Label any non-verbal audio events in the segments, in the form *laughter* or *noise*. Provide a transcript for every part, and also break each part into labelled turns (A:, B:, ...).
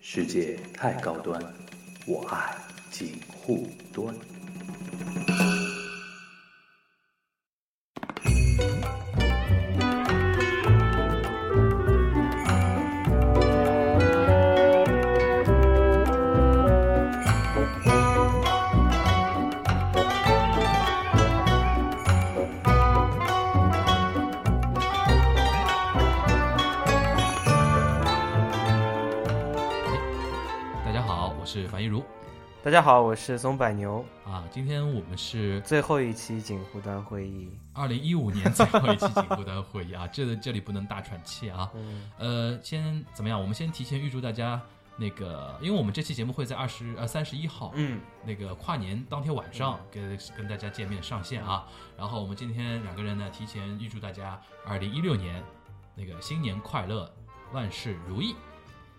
A: 世界太高端，我爱锦护端。
B: 大家好，我是樊一茹
C: 大家好，我是松柏牛。
B: 啊。今天我们是
C: 最后一期锦湖端会议，
B: 二零一五年最后一期警湖的会议啊，这这里不能大喘气啊。
C: 嗯，
B: 呃，先怎么样？我们先提前预祝大家那个，因为我们这期节目会在二十呃三十一号，
C: 嗯，
B: 那个跨年当天晚上跟跟大家见面上线啊。然后我们今天两个人呢，提前预祝大家二零一六年那个新年快乐，万事如意。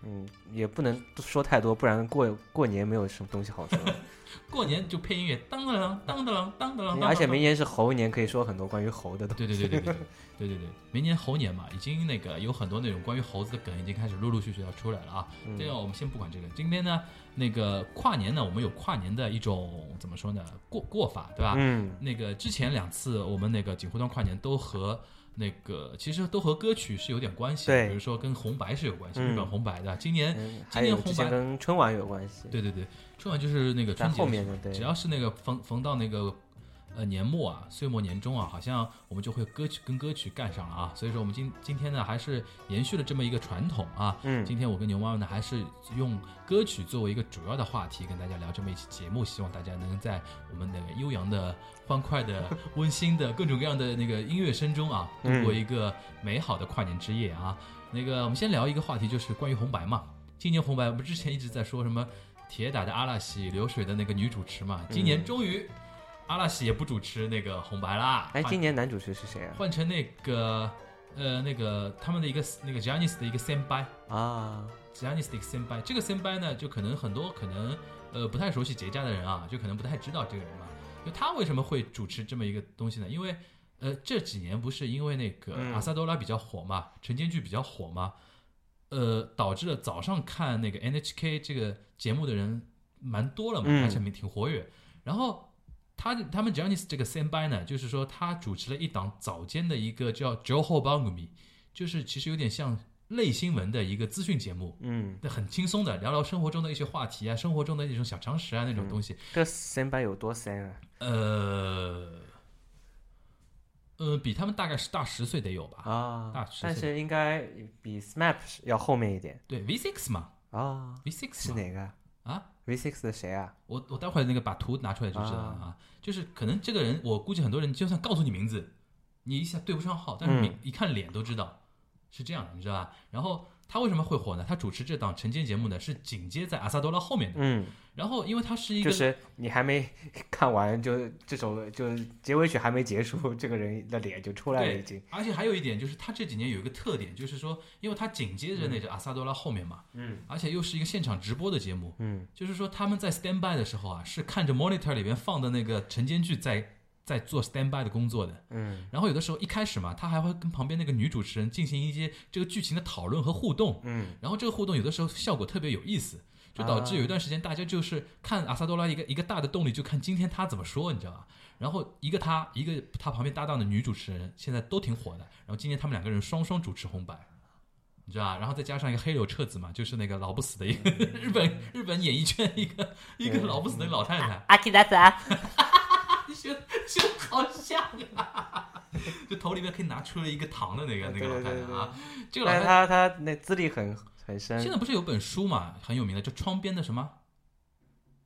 C: 嗯，也不能说太多，不然过过年没有什么东西
B: *laughs*
C: 好说。
B: 过年就配音乐，当当当当当当当
C: 嗯
B: 当，
C: 而且明年是猴年，可以说很多关于猴的东西。
B: 对对对对对对对对对，明年猴年嘛，已经那个有很多那种关于猴子的梗已经开始陆陆续续要出来了啊。这个我们先不管这个，今天呢，那个跨年呢，我们有跨年的一种怎么说呢，过过法，对吧？
C: 嗯，
B: 那个之前两次我们那个锦湖端跨年都和那个其实都和歌曲是有点关系的，
C: 对
B: 比如说跟红白是有关系，
C: 嗯
B: 日本红白的。今年
C: 嗯还
B: 今年
C: 有
B: 红白
C: 之前跟春晚有关系，
B: 对对对，春晚就是那个
C: 在
B: 春节
C: 后
B: 的
C: 面的对
B: 只，要是那个逢逢到那个呃年末啊、岁末年终啊，好像我们就会歌曲跟歌曲干上了啊。所以说我们今今天呢，还是延续了这么一个传统啊。
C: 嗯
B: 今天我跟牛妈妈呢，还是用歌曲作为一个主要的话题跟大家聊这么一期节目，希望大家能在我们那个悠扬的、欢快
C: *laughs*
B: 的、温馨的各种各样的那个音乐声中啊，度
C: 嗯
B: 过一个美好的跨年之夜啊。那个，我们先聊一个话题，就是关于红白嘛。今年红白，我们之前一直在说什么铁打的阿拉西、流水的那个女主持嘛，今
C: 嗯
B: 年终于阿拉西也不主持那个红白啦。
C: 哎，
B: 换
C: 今年男主持是谁啊？
B: 换成那个呃那个他们的一个那个 j a n i c e 的一个 senpai。
C: 啊，
B: j a n i c e 的一个 senpai，这个 senpai 呢，就可能很多可能呃不太熟悉杰家的人啊，就可能不太知道这个人嘛。就他为什么会主持这么一个东西呢？因为呃这几年不是因为那个
C: 嗯
B: 阿萨多拉比较火嘛，晨间剧比较火嘛，呃导致了早上看那个 NHK 这个节目的人蛮多了嘛，
C: 嗯
B: 而且挺活跃。然后他他们 j a n i c e 这个 senpai 呢，就是说他主持了一档早间的一个叫 Joho Bangumi，就是其实有点像类新闻的一个资讯节目。
C: 嗯，
B: 那很轻松的聊聊生活中的一些话题啊，生活中的一种小常识啊那种东西。
C: 这三班有多三啊？
B: 呃，呃，比他们大概是大十岁得有吧？大
C: 啊
B: 十，岁
C: 但是应该比 SMAP 要后面一点
B: 对，V6 嘛
C: 啊。
B: ，V6
C: 是
B: 嘛
C: 哪个
B: 啊，
C: ？V6 的谁啊？
B: 我我待会儿那个把图拿出来就知道了啊。就是可能这个人，我估计很多人就算告诉你名字，你一下对不上号，但是
C: 嗯
B: 你一看脸都知道、是这样的，你知道吧？然后他为什么会火呢？他主持这档晨间节目呢，是紧接在阿萨多拉后面的。
C: 嗯，
B: 然后因为他是一个
C: 就是你还没 *laughs* 看完，就这首就结尾曲还没结束，这个人的脸就出来了，
B: 对，
C: 已经。
B: 而且还有一点就是，他这几年有一个特点，就是说，因为他紧接着那个阿萨多拉后面嘛，
C: 嗯，
B: 而且又是一个现场直播的节目，
C: 嗯，
B: 就是说他们在 stand by 的时候啊，是看着 monitor 里面放的那个晨间剧在在做 stand by 的工作的，
C: 嗯，
B: 然后有的时候一开始嘛，他还会跟旁边那个女主持人进行一些这个剧情的讨论和互动，
C: 嗯，
B: 然后这个互动有的时候效果特别有意思。就导致有一段时间，大家就是看阿萨多拉一个一个大的动力，就看今天他怎么说，你知道吧？然后一个他，一个他旁边搭档的女主持人，现在都挺火的。然后今年他们两个人双双主持红白，你知道吧？然后再加上一个黑柳彻子嘛，就是那个老不死的一个日本日本演艺圈一个一个老不死的老太太，
C: 阿基达达，
B: 学
C: *laughs*
B: 学得好像啊， *laughs* 就头里面可以拿出了一个糖的那个那个老太太啊，这个老
C: 但
B: 太太
C: 是他他那资历很很
B: 现
C: 深，
B: 在不是有本书嘛，很有名的，叫《窗边的什么》。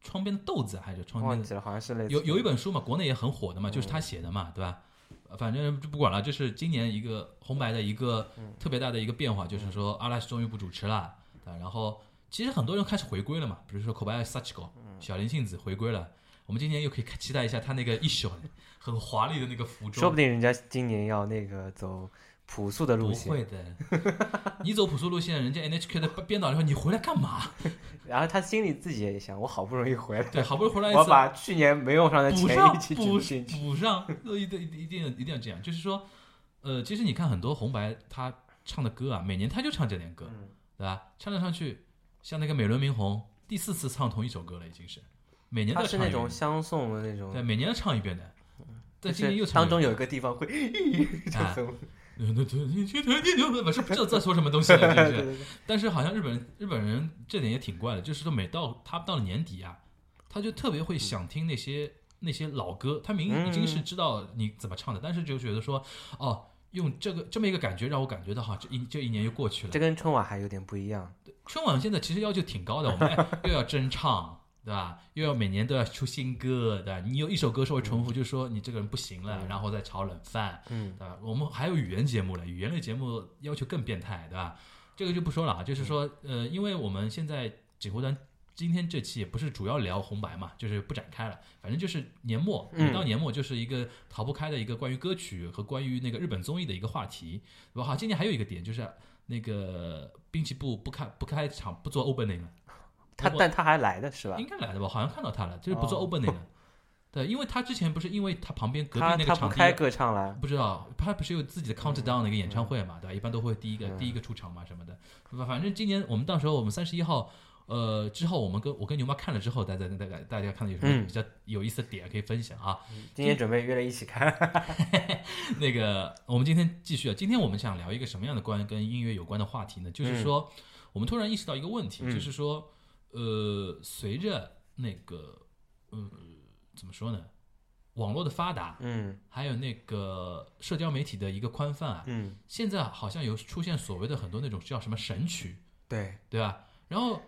B: 窗边的豆子还是窗边
C: 忘
B: 的
C: 记了，好像是类似
B: 有有一本书嘛，国内也很火的嘛，就是他写的嘛，对吧？呃反正就不管了，这是今年一个红白的一个
C: 嗯
B: 特别大的一个变化，就是说阿拉斯终于不主持了，对吧然后其实很多人开始回归了嘛，比如说 Kobayashi Sachiko
C: 嗯
B: 小林幸子回归了，我们今年又可以看期待一下他那个一袖很华丽的那个服装，
C: 说不定人家今年要那个走朴素的路
B: 不
C: 线。
B: 会的， *laughs* 你走朴素路线，人家 NHK 的编导就说你回来干嘛？
C: 然后他心里自己也想，我好不容易回来，
B: 对，好不容易回来一
C: 我
B: 次，
C: 把去年没用上的
B: 补
C: 钱
B: 上
C: 一起
B: 补
C: 补进去。
B: 补上，都一定一定一定要这样。就是说，呃，其实
C: 嗯
B: 你看很多红白他唱的歌啊，每年他就唱这点歌，对吧？唱来唱去，像那个美轮明宏，第四次唱同一首歌了，已经是每年都
C: 他
B: 要
C: 是
B: 唱一
C: 那
B: 遍
C: 种
B: 的，
C: 相送的那种，
B: 对，每年都唱一遍的。在
C: 就
B: 今年又
C: 是
B: 唱一
C: 当
B: 遍
C: 中有一个地方
B: *laughs*
C: 会 *laughs*
B: 啊
C: 这种，
B: 我是不知道在说什么东西了，真
C: 对对
B: 是。但是好像日本人日本人这点也挺怪的，就是说每到他到了年底啊，他就特别会想听那些那些老歌，他明
C: 嗯
B: 已经是知道你怎么唱的，但是就觉得说哦。用这个这么一个感觉，让我感觉到哈，这一这一年又过去了
C: 这。跟春晚还有点不一样。
B: 春晚现在其实要求挺高的，我们、哎、又要真唱，对吧？又要每年都要出新歌，对吧？你有一首歌稍微重复，就说你这个人不行了，然后再炒冷饭，
C: 嗯，
B: 对吧？啊我们还有语言节目了，语言类节目要求更变态，对吧？这个就不说了啊，就是说，
C: 嗯
B: 呃，因为我们现在锦湖端今天这期也不是主要聊红白嘛，就是不展开了，反正就是年末，
C: 嗯
B: 每到年末就是一个逃不开的一个关于歌曲和关于那个日本综艺的一个话题。然后好，今年还有一个点就是那个滨崎步不开不开场不做 opening 了，
C: 他
B: 我
C: 但他还来的是吧？
B: 应该来的吧？好像看到他了，就是不做
C: 啊哦
B: opening 了。对，因为他之前不是因为他旁边隔壁
C: 他
B: 那个
C: 他不
B: 场地
C: 开歌唱了，
B: 不知道，他不是有自己的 countdown 的一个演唱会嘛，对吧？一般都会第一个、
C: 嗯
B: 第一个出场嘛什么的。反反正今年我们到时候我们三十一号，呃，之后我们跟我跟牛妈看了之后，大家大家大家看到有什么
C: 嗯
B: 比较有意思的点可以分享啊。
C: 今天准备约了一起看。
B: 那个我们今天继续啊，今天我们想聊一个什么样的关跟音乐有关的话题呢？就是说，我们突然意识到一个问题，
C: 嗯
B: 就是说，呃，随着那个呃怎么说呢，网络的发达，
C: *laughs* 嗯
B: 还有那个社交媒体的一个宽泛啊。
C: 嗯，
B: 现在好像有出现所谓的很多那种叫什么神曲，
C: 对，
B: 对吧？然后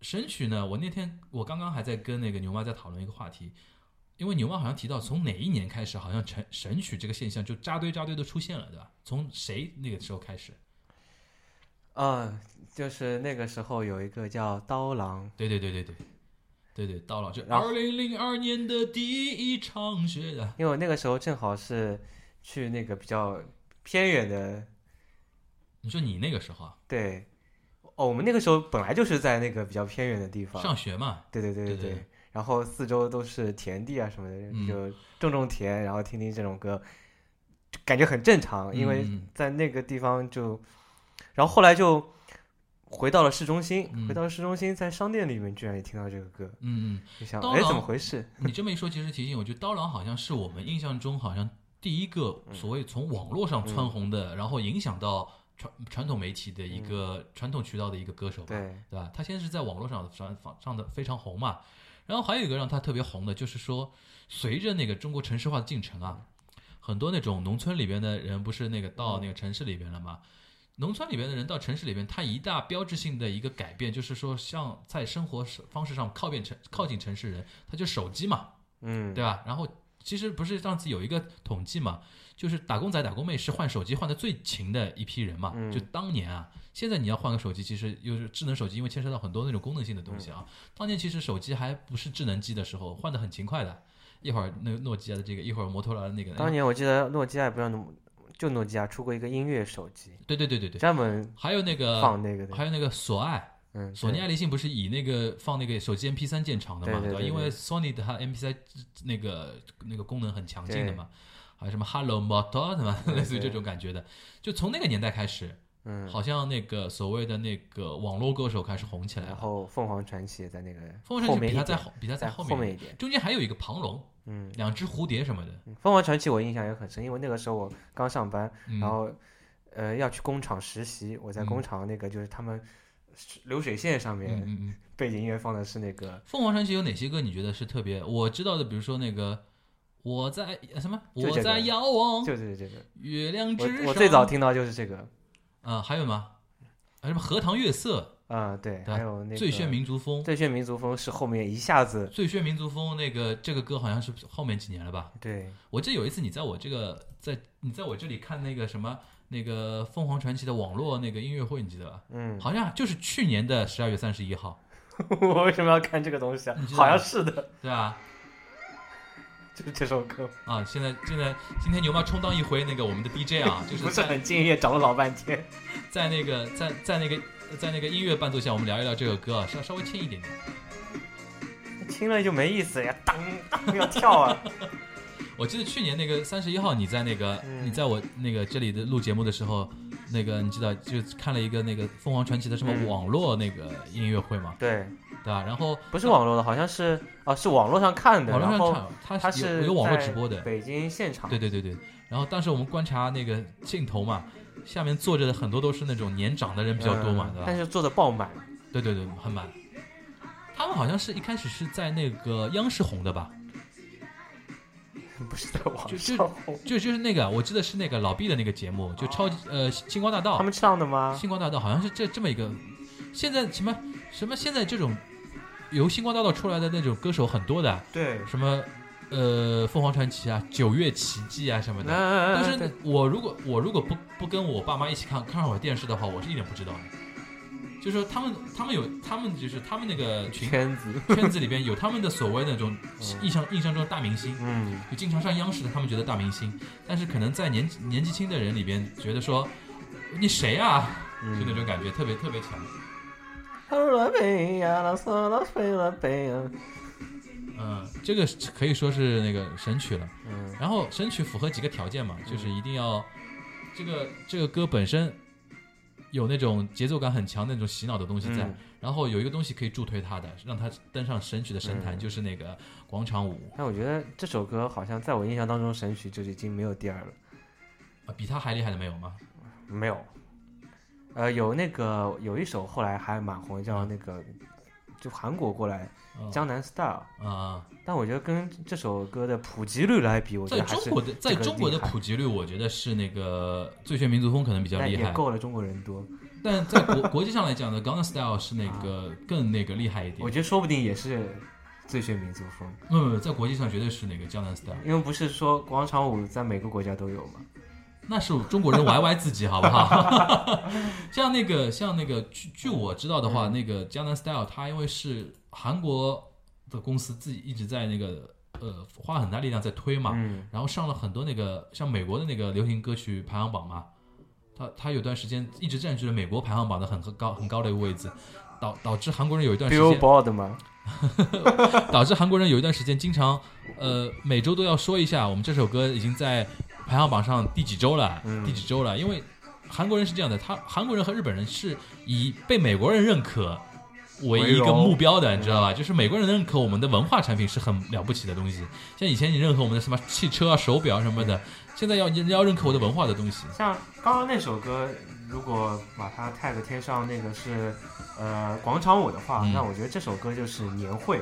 B: 神曲呢，我那天我刚刚还在跟那个牛妈在讨论一个话题，因为牛妈好像提到从哪一年开始，好像神神曲这个现象就扎堆扎堆的出现了，对吧？从谁那个时候开始？
C: 嗯，就是那个时候有一个叫刀郎，
B: 对对对对对，对对，到了这
C: 然后
B: 二零零二年的第一场雪的，
C: 因为我那个时候正好是去那个比较偏远的，
B: 你说你那个时候啊，
C: 对，哦，我们那个时候本来就是在那个比较偏远的地方，
B: 上学嘛，
C: 对对对
B: 对对
C: 对。然后四周都是田地啊什么的，
B: 嗯
C: 就种种田，然后听听这种歌，就感觉很正常，因为
B: 嗯
C: 在那个地方就，然后后来就回到了市中心，
B: 嗯
C: 回到了市中心，在商店里面居然也听到这个歌，
B: 嗯嗯，
C: 就想
B: 刀
C: 哎怎么
B: 郎
C: 回事？
B: 你这么一说，其实提醒我，觉得刀郎好像是我们印象中好像第一个所谓从网络上蹿红的，然后影响到传传统媒体的一个、传统渠道的一个歌手吧，
C: 对，
B: 对吧？他先是在网络上上上的非常红嘛，然后还有一个让他特别红的，就是说随着那个中国城市化的进程啊，很多那种农村里边的人不是那个到那个城市里边了吗？农村里边的人到城市里边，他一大标志性的一个改变就是说，像在生活方式上靠变城靠近城市人，他就手机嘛，
C: 嗯，
B: 对啊吧？然后其实不是上次有一个统计嘛，就是打工仔、打工妹是换手机换的最勤的一批人嘛。
C: 嗯
B: 就当年啊，现在你要换个手机，其实又是智能手机，因为牵涉到很多那种功能性的东西
C: 嗯
B: 啊。当年其实手机还不是智能机的时候，换的很勤快的。一会儿那个诺基亚的这个，一会儿摩托罗拉的那个，
C: 当年我记得诺基亚也不知道怎么，就诺基亚出过一个音乐手机，
B: 对对对对对，
C: 专门
B: 还有那个，
C: 放那个的，
B: 还有那个索爱，
C: 嗯，
B: 索尼
C: 对
B: 爱立信不是以那个放那个手机 MP 3建厂的嘛，
C: 对对
B: 吧？
C: 对
B: 因为
C: 对
B: Sony 的它 MP 3那个那个功能很强劲的嘛，还有什么 Hello Moto 什么 *laughs*
C: 对
B: 类似于这种感觉的，就从那个年代开始，
C: 嗯，
B: 好像那个所谓的那个网络歌手开始红起来
C: 然
B: 了。
C: 后凤凰传奇也在那个
B: 凤凰
C: 嗯后
B: 传奇
C: 面
B: 比
C: 一
B: 他在
C: 点，
B: 后，比他
C: 在
B: 后
C: 后面一点，
B: 中间还有一个庞龙，
C: 嗯。
B: 两只蝴蝶什么的，
C: 嗯凤凰传奇我印象也很深，因为那个时候我刚上班，
B: 嗯
C: 然后呃要去工厂实习，我在工
B: 嗯
C: 厂那个就是他们流水线上
B: 嗯
C: 面
B: 嗯嗯。
C: 背景音乐放的是那个，
B: 凤凰传奇有哪些歌你觉得是特别？我知道的，比如说那个我在呃什么，
C: 就这个
B: 我在遥望
C: 就是这个，
B: 月亮之上。
C: 我我最早听到就是这个，
B: 啊，还有吗？啊还有什么《荷塘月色
C: 啊对，
B: 对
C: 还有那》个
B: 《最炫民族风》《
C: 最炫民族风是后面一下子
B: 最炫民族风》那个这个歌好像是后面几年了吧？
C: 对，
B: 我记得有一次你在我这个在你在我这里看那个什么那个凤凰传奇的网络那个音乐会，你记得吧？
C: 嗯，
B: 好像就是去年的十二月三十一号，
C: 我为什么要看这个东西啊
B: 你？知道
C: 好像是的，
B: 对吧？
C: 就是这首歌，
B: 啊，现在现在今天牛妈充当一回那个我们的 DJ 啊，就是
C: 不是
B: 在
C: 很敬业，找了老半天。
B: 在那个在在那个在那个音乐伴奏下，我们聊一聊这个歌啊，稍稍微轻一点点。
C: 听了就没意思呀，当当要跳啊！
B: 我记得去年那个三十一号，你在那个、
C: 嗯
B: 你在我那个这里的录节目的时候，那个你知道，就看了一个那个凤凰传奇的什么
C: 嗯
B: 网络那个音乐会嘛，
C: 对，
B: 对吧？然后
C: 不是网络的，好像是哦，是网络上看的，
B: 网络
C: 然后
B: 上看，
C: 它
B: 它有
C: 是
B: 有网络
C: 在
B: 直播的，
C: 北京现场，
B: 对对对对。然后当时我们观察那个镜头嘛，下面坐着的很多都是那种年长的人比较多嘛，
C: 嗯
B: 对吧
C: 但？是做的爆满，
B: 对对对，很满。他们好像是一开始是在那个央视红的吧？
C: 不是在网
B: 就就
C: 上红。
B: 就就是那个，我记得是那个老毕的那个节目，就超级
C: 哦
B: 呃星光大道
C: 他，们上的吗？
B: 星光大道好像是这这么一个。现在什么什么现在这种由星光大道出来的那种歌手很多的，啊
C: 对，
B: 什么呃凤凰传奇啊、九月奇迹啊什么的。但
C: 但
B: 是我如果我如果不不跟我爸妈一起看看会儿电视的话，我是一点不知道的。就是说他们他们有他们就是他们那个
C: *laughs*
B: 群
C: 圈子，
B: 圈子里边有他们的所谓那种印象印象中的大明星，
C: 嗯，
B: 就经常上央视的他们觉得大明星，但是可能在年纪年纪轻的人里边觉得说你谁啊，就那
C: 嗯
B: 种感觉特别特别强。嗯，这个是可以说是那个神曲了。
C: 嗯
B: 然后神曲符合几个条件嘛，就是一定要这个这个歌本身有那种节奏感很强的那种洗脑的东西在，
C: 嗯
B: 然后有一个东西可以助推它的，让它登上神曲的神坛，
C: 嗯
B: 就是那个广场舞
C: 但我觉得这首歌好像在我印象当中，神曲就已经没有第二了，
B: 啊，比它还厉害的没有吗？
C: 没有。呃，有那个有一首后来还蛮红，叫那个就韩国过来
B: 嗯
C: 《江南 style》，
B: 啊、
C: 但我觉得跟这首歌的普及率来比，我觉
B: 在
C: 得还
B: 中
C: 是
B: 国的在
C: 这个
B: 中国的
C: 厉害
B: 普及率，我觉得是那个《最炫民族风》可能比较
C: 但
B: 厉
C: 也
B: 害，
C: 够了中国人多。
B: 但在国国际上来讲呢，《Gangnam Style》是那
C: 啊
B: 个更那个厉害一点
C: 我。觉得说不定也是最炫民族风，
B: 没有没有，在国际上绝对是那个《江南 Style》。
C: 因为不是说广场舞在每个国家都有嘛。
B: 那是中国人歪歪自己，好不好？ *laughs* 像那个，像那个，据据我知道的话，那个江南 Style，它因为是韩国的公司自己一直在那个呃花很大力量在推嘛，
C: 嗯，
B: 然后上了很多那个像美国的那个流行歌曲排行榜嘛，它它有段时间一直占据了美国排行榜的很高很高的一个位置，导导致韩国人有一段时间，
C: Billboard 嘛，
B: *laughs* 导致韩国人有一段时间经常呃每周都要说一下我们这首歌已经在排行榜上第几周了，
C: 嗯
B: 第几周了，因为韩国人是这样的，他韩国人和日本人是以被美国人认可。为一
C: 为
B: 个
C: 荣
B: 目标的，你知道吧？就是美国人认可我们的文化产品是很了不起的东西。像以前你认可我们的什么汽车啊、手表啊什么
C: 嗯
B: 的，现在要要认可我的文化的东西。
C: 像刚刚那首歌，如果把它 tag 贴上那个是呃广场舞的话，
B: 嗯
C: 那我觉得这首歌就是年会。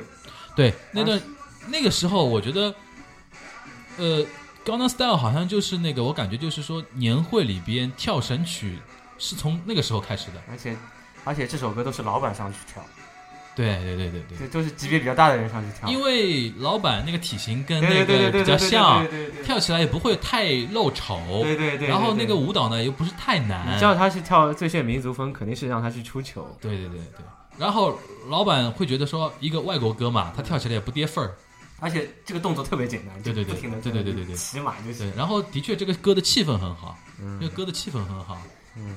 B: 对，那
C: 啊
B: 段那个时候，我觉得，呃，《Gangnam Style》好像就是那个，我感觉就是说年会里边跳神曲是从那个时候开始的。
C: 而且而且这首歌都是老板上去跳，
B: 对对对对对，
C: 就都是级别比较大的人上去跳，
B: 因为老板那个体型跟那
C: 对对对对
B: 个比
C: 对
B: 较
C: 对对
B: 像，
C: 对对对
B: 跳起来也不会太露丑。
C: 对对对，
B: 然后那
C: 对对
B: 个舞蹈呢又不是太
C: 你
B: 难。
C: 叫他去跳最炫民族风，肯定是让他去出糗。
B: 对对对对。然后老板会觉得说，一个外国歌嘛，他跳起来也不跌份儿。
C: 而且这个动作特别简单，
B: 对对对
C: 就不停的
B: 对对对对对
C: 骑马就
B: 对
C: 行。，
B: 然后的确这个歌的气氛很好，
C: 嗯
B: 这个歌的气氛很好。
C: 嗯，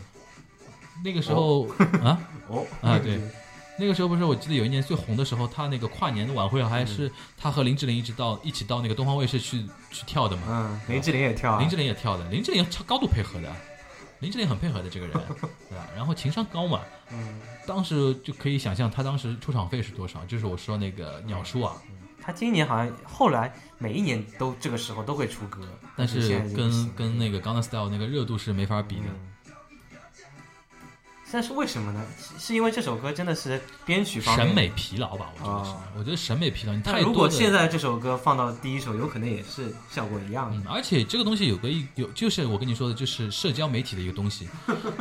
B: 那个时候、啊，
C: 哦
B: 啊对，那个时候不是，我记得有一年最红的时候，他那个跨年的晚会啊还
C: 嗯
B: 是他和林志玲一直到一起到那个东方卫视去去跳的嘛。
C: 嗯，林志玲也跳啊，
B: 林志玲也跳的，林志玲超高度配合的，林志玲很配合的这个人，
C: *laughs*
B: 对吧？然后情商高嘛，
C: 嗯，
B: 当时就可以想象他当时出场费是多少，就是我说那个鸟叔啊，
C: 他今年好像后来每一年都这个时候都会出歌，
B: 但是
C: 现在就不行
B: 跟
C: 了
B: 跟那个《Gangnam Style》那个热度是没法比的。
C: 嗯但是为什么呢？是是因为这首歌真的是编曲方面
B: 审美疲劳吧，我觉得是，
C: 啊
B: 我觉得审美疲劳，你
C: 但
B: 太
C: 如
B: 多
C: 果
B: 的
C: 现在这首歌放到第一首，有可能也是效果一样
B: 嗯
C: 的。，
B: 而且这个东西有个一有，就是我跟你说的，就是社交媒体的一个东西。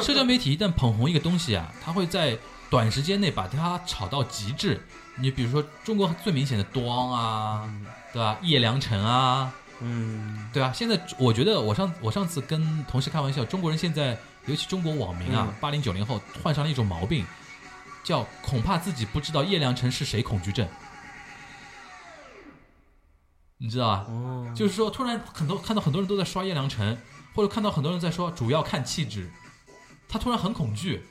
B: 社交媒体一旦捧红一个东西啊，它会在短时间内把它炒到极致。你比如说中国最明显的端啊，对吧？叶良辰啊，
C: 嗯，
B: 对啊。现在我觉得我上我上次跟同事开玩笑，中国人现在尤其中国网民啊
C: 嗯，
B: 八零九零后患上了一种毛病，叫恐怕自己不知道叶良辰是谁恐惧症。你知道啊？
C: 哦，
B: 就是说，突然很多看到很多人都在刷叶良辰，或者看到很多人在说主要看气质，他突然很恐惧，